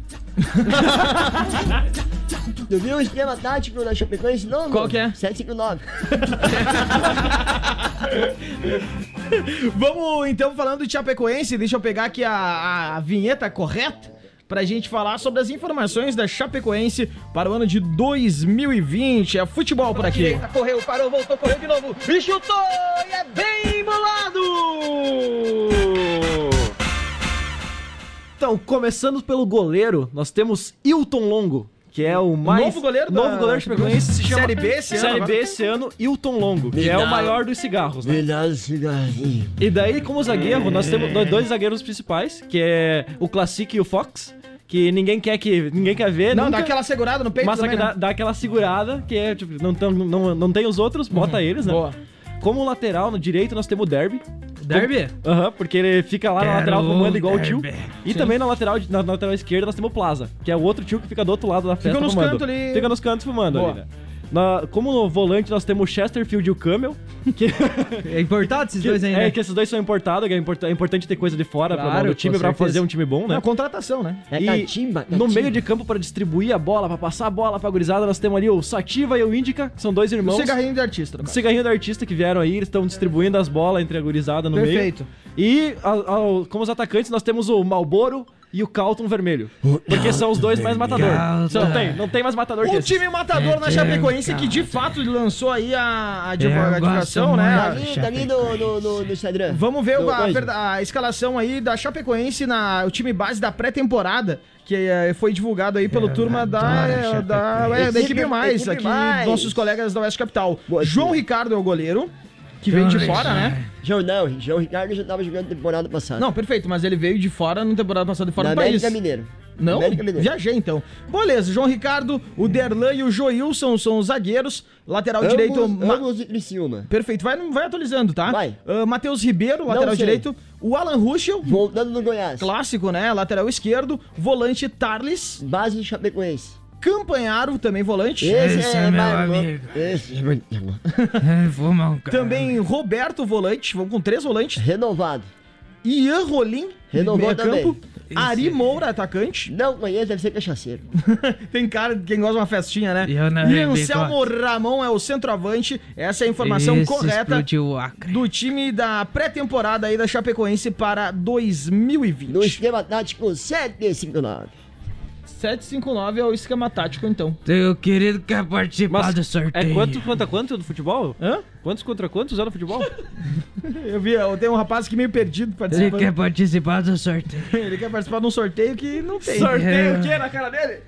D: tu viu o esquema tático da Chapecoense? Não,
A: Qual que é?
D: 759.
A: Vamos então falando de Chapecoense, deixa eu pegar aqui a, a- a vinheta correta pra gente falar sobre as informações da Chapecoense para o ano de 2020. É futebol por aqui.
N: Direita, correu, parou, voltou, correu de novo. E chutou! E é bem bolado!
B: Então, começando pelo goleiro, nós temos Hilton Longo, que é o mais.
A: Novo goleiro da-
B: Novo goleiro de Chapecoense. Se chama...
A: Série B esse ano,
B: Série
A: agora.
B: B esse ano, Hilton Longo, que
A: Me
B: é
A: dá-
B: o maior dos cigarros, né?
D: cigarrinho.
B: E daí, como zagueiro, nós temos do- dois zagueiros principais, que é o Classic e o Fox, que ninguém quer que ninguém quer ver.
A: Não,
B: nunca,
A: dá aquela segurada no peito
B: mas só
A: também,
B: que dá,
A: né?
B: dá aquela segurada, que é tipo, não, tão- não, não tem os outros,
A: Uhum.
B: bota eles, né? Como lateral, no direito, nós temos o Derby.
A: Derby?
B: Como- Aham, porque ele fica lá na
A: Quero
B: lateral comando igual o tio.
A: Derby.
B: E também na lateral, na, na lateral esquerda nós temos o Plaza, que é o outro tio que fica do outro lado da festa
A: Fica nos
B: fumando.
A: cantos ali.
B: Fica nos cantos fumando
A: Boa.
B: ali, né? Na- como no volante nós temos o Chesterfield e o Camel, que
E: É importado esses
B: que-
E: dois aí,
B: É,
E: né?
B: que esses dois são importados, que é, import- é importante ter coisa de fora pra
E: Claro,
B: do time
E: com
B: pra
E: certeza.
B: fazer um time bom, né?
A: É contratação, né?
B: É e no meio de campo pra distribuir a bola, pra passar a bola pra gurizada, nós temos ali o Sativa e o Indica, que são dois irmãos.
A: Cigarrinho de artista. no
B: O
A: caso.
B: cigarrinho do artista que vieram aí, eles estão distribuindo as bolas entre a gurizada no
A: Perfeito.
B: meio. E a- a- como os atacantes, nós temos o Malboro e o Calton Vermelho. Porque são os dois mais matador.
A: Calton.
B: Não tem, não tem mais matador que
A: Um
B: esses.
A: time matador
D: É,
A: na Chapecoense que de fato lançou aí a, a advoga- advogação,
D: Tá
A: né?
D: ali, tá ali no, no, no, no Instagram.
A: Vamos ver
D: No-
A: o- a,
D: hoje.
A: verda- a escalação aí da Chapecoense, na, o time base da pré-temporada, que eh, foi divulgado aí pelo turma da, eh, da,
D: Chapecoense.
A: é, da Equipe
D: Equipe
A: Mais,
D: Mais.
A: aqui, nossos colegas da Oeste Capital. João Ricardo é o goleiro, que veio de fora, né?
D: João não, João Ricardo já tava jogando temporada passada.
A: Não, perfeito, mas ele veio de fora na temporada passada, de fora
D: Na
A: do país.
D: América Mineiro.
A: Não,
D: América Mineiro.
A: viajei então. Beleza, João Ricardo, o Derlan e o Joilson são os zagueiros. Lateral
D: Ambos-
A: direito, Ma-
D: Ambos de Criciúma.
A: Perfeito, vai, vai atualizando, tá?
D: Vai.
A: Ah, Matheus Ribeiro, lateral
D: sei.
A: direito. O Alan Ruschel.
D: Voltando no Goiás.
A: Clássico, né? Lateral esquerdo. Volante Tarles.
D: Base de Chapecoense.
A: Campanharo, também volante.
D: Esse Esse é é meu mais louco. amigo. Esse é muito louco.
G: É,
A: Vou Também Roberto, volante. Vamos com três volantes.
D: Renovado.
A: Ian Rolim.
D: Renovou também.
A: Ari Moura, atacante.
D: Não conheço, deve ser cachaceiro.
A: Tem cara de quem gosta de uma festinha, né?
D: Eu
E: é
D: não
A: e
D: arrebento
A: Anselmo Ramon é o centroavante. Essa é a informação
E: Esse
A: correta
E: explodiu o Acre.
A: do time da pré-temporada aí da Chapecoense para 2020.
D: No esquema tático 759.
A: 759 é o esquema tático, então.
E: Teu querido quer participar
G: é
B: É quanto, quanto a quanto do futebol?
A: Hã?
B: Quantos contra quantos era no futebol?
A: Eu vi, eu tenho um rapaz que meio perdido
G: Ele
A: participando.
G: quer participar do sorteio.
A: Ele quer participar de um sorteio que não tem.
G: Sorteio o
E: É.
A: quê? Na cara dele?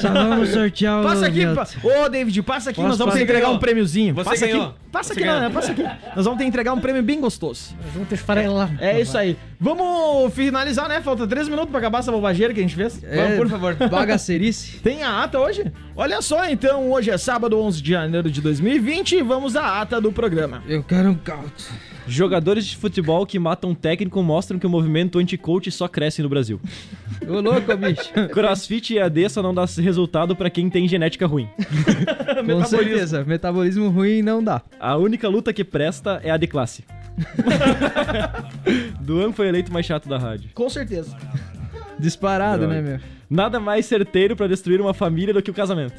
G: Só vamos sortear o.
A: Passa aqui,
G: Neto.
A: pa... ô David, passa aqui,
G: Posso
A: nós vamos
G: passar?
A: te entregar
G: Ganhou.
A: um prêmiozinho.
G: Você
A: passa
G: ganhou.
A: aqui,
G: Você
A: passa aqui, não,
G: ganhou.
A: né? passa aqui. Nós vamos te entregar um prêmio bem gostoso.
G: Juntos farelar.
A: É, é isso aí. Vamos finalizar, né? Falta três minutos pra acabar essa bobageira que a gente fez.
E: É,
A: vamos, por favor.
E: bagacerice.
A: Tem a ata hoje? Olha só, então, hoje é sábado, 11 de janeiro de 2020 e vamos à ata do programa.
E: Eu quero um caldo.
B: Jogadores de futebol que matam um técnico mostram que o movimento anti-coach só cresce no Brasil.
E: Ô louco, bicho.
B: Crossfit e AD só não dá resultado pra quem tem genética ruim.
E: Com certeza, metabolismo ruim não dá.
B: A única luta que presta é a de classe. Duan foi eleito mais chato da rádio.
A: Com certeza.
E: Disparado,
B: Droga.
E: né, meu?
B: Nada mais certeiro pra destruir uma família do que o casamento.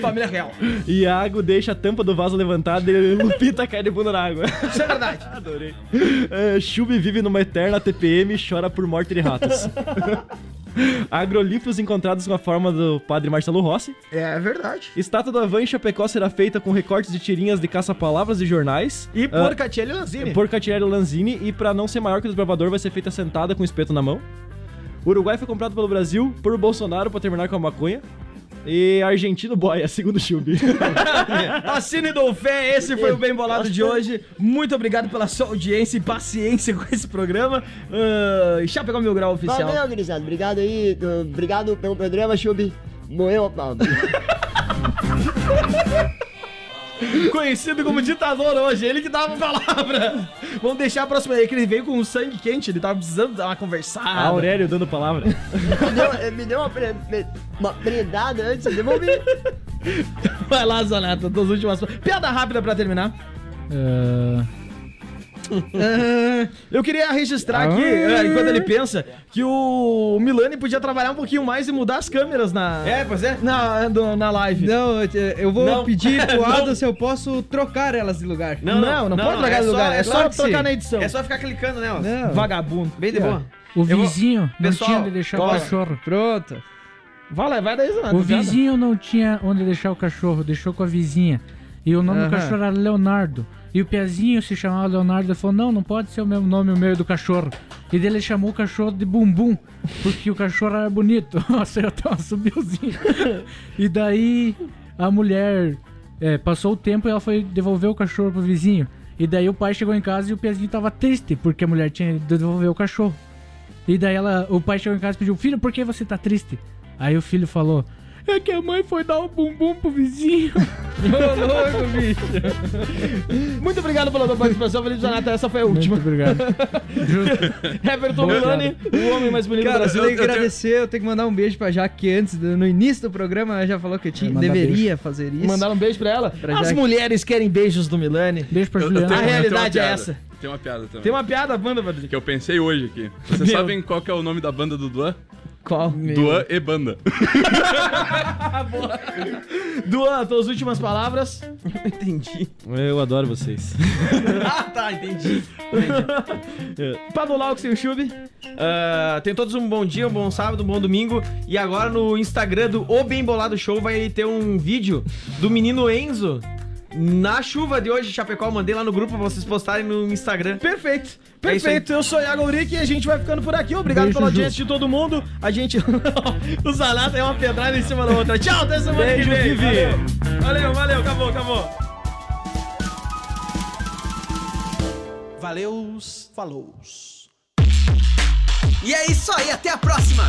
A: Família real.
B: Iago deixa a tampa do vaso levantada e Lupita cai de bunda na água.
A: Isso é verdade.
B: Adorei. É, Chubi vive numa eterna TPM e chora por morte de ratos. Agrolífios encontrados com a forma do padre Marcelo Rossi.
A: É verdade.
B: Estátua do Avan em Chapecó será feita com recortes de tirinhas de caça-palavras e jornais.
A: E
B: Ah,
A: Porcatelli Lanzini.
B: Porcatieri Lanzini e pra não ser maior que o desbravador vai ser feita sentada com o espeto na mão. O Uruguai foi comprado pelo Brasil por Bolsonaro pra terminar com a maconha. E argentino boia, segundo Chubi.
A: Assine do fé, esse foi o Bem Bolado de hoje. Muito obrigado pela sua audiência e paciência com esse programa. Ah, já pegou meu grau oficial.
D: Valeu, gurizada. Obrigado aí. do- Obrigado pelo programa, Chubi. Morreu a palma.
A: Conhecido como ditador hoje, ele que dava a palavra. Vamos deixar a próxima aí, que ele veio com sangue quente, ele tava precisando dar uma conversada.
B: Aurélio dando palavra.
D: me, deu, eh, me deu uma, pre, me- uma predada antes, eu devolvi.
A: Vai lá, Zanata, duas últimas. Piada rápida pra terminar.
G: É,
A: Eu queria registrar aqui,
C: Ah.
A: eh, enquanto ele pensa, que o Milani podia trabalhar um pouquinho mais e mudar as câmeras na.
C: É, pois é.
A: Na, do- na live.
E: Não, eu te- eu vou
A: Não.
E: pedir pro
A: Não.
E: Adam se eu posso trocar elas de lugar.
A: Não, não, não, pode trocar de lugar, é só
E: claro que
A: trocar
E: sim.
A: na edição.
C: É só ficar clicando nelas.
E: Não.
A: Vagabundo.
C: Bem de boa.
G: O
C: Eu vou-
G: vizinho não
C: Pessoal,
G: tinha onde deixar o
C: bora.
G: cachorro.
E: Pronto.
A: Vai lá, vai né? daí, Zanata.
G: O vizinho não tinha onde deixar o cachorro, deixou com a vizinha. E o nome
E: Aham.
G: do cachorro era Leonardo. E o Piazinho se chamava Leonardo e falou: Não, não pode ser o mesmo nome, o meu e do cachorro. E dele chamou o cachorro de Bumbum, porque o cachorro era bonito. Nossa, eu até subiuzinho. e daí a mulher é, passou o tempo e ela foi devolver o cachorro pro vizinho. E daí o pai chegou em casa e o Piazinho tava triste, porque a mulher tinha ido devolver o cachorro. E daí ela, o pai chegou em casa e pediu: Filho, por que você tá triste? Aí o filho falou: É que a mãe foi dar o bumbum pro vizinho.
E: Ô, louco, bicho.
A: Muito obrigado pela tua participação, Felipe Zanata. Essa foi a última.
G: Muito obrigado.
A: Everton Milani, o homem mais bonito
E: Cara,
A: do
E: eu
A: Brasil.
E: tenho que agradecer, eu tenho que mandar um beijo pra Jaque, que antes, do- no início do programa, ela já falou que eu tinha,
A: mandar
E: deveria fazer isso.
A: Mandaram um beijo pra ela.
E: Pra
A: As
E: Jaque.
A: mulheres querem beijos do Milani.
G: Beijo pra
F: Eu- eu tenho-
G: Juliana.
F: eu
A: A
F: tenho uma
A: realidade é
F: piada.
A: essa.
F: Tem uma piada também.
A: Tem uma piada, banda, Patrick.
F: Que eu pensei hoje aqui. Vocês sabem qual que é o nome da banda do Duan?
A: Qual?
F: Duan e Banda.
A: Duan, tuas últimas palavras.
C: Entendi.
B: Eu adoro vocês.
C: Ah, tá, entendi. É,
A: Pablo Laux e o Chube.
C: Ah, tenham todos um bom dia, um bom sábado, um bom domingo. E agora no Instagram do O Bem Bolado Show vai ter um vídeo do menino Enzo na chuva de hoje, Chapecó. Eu Mandei lá no grupo pra vocês postarem no Instagram.
A: Perfeito,
C: É isso aí.
A: perfeito. eu sou Iago Uric e a gente vai ficando por aqui. Obrigado
G: Beijo,
A: pela
G: Ju.
A: audiência de todo mundo. A gente. o Zanata é uma pedrada em cima da outra. Tchau, até semana
C: Beijo,
A: que vem.
C: Vivi.
A: Valeu. valeu, valeu, acabou, acabou.
O: Valeus, falou. E é isso aí, até a próxima!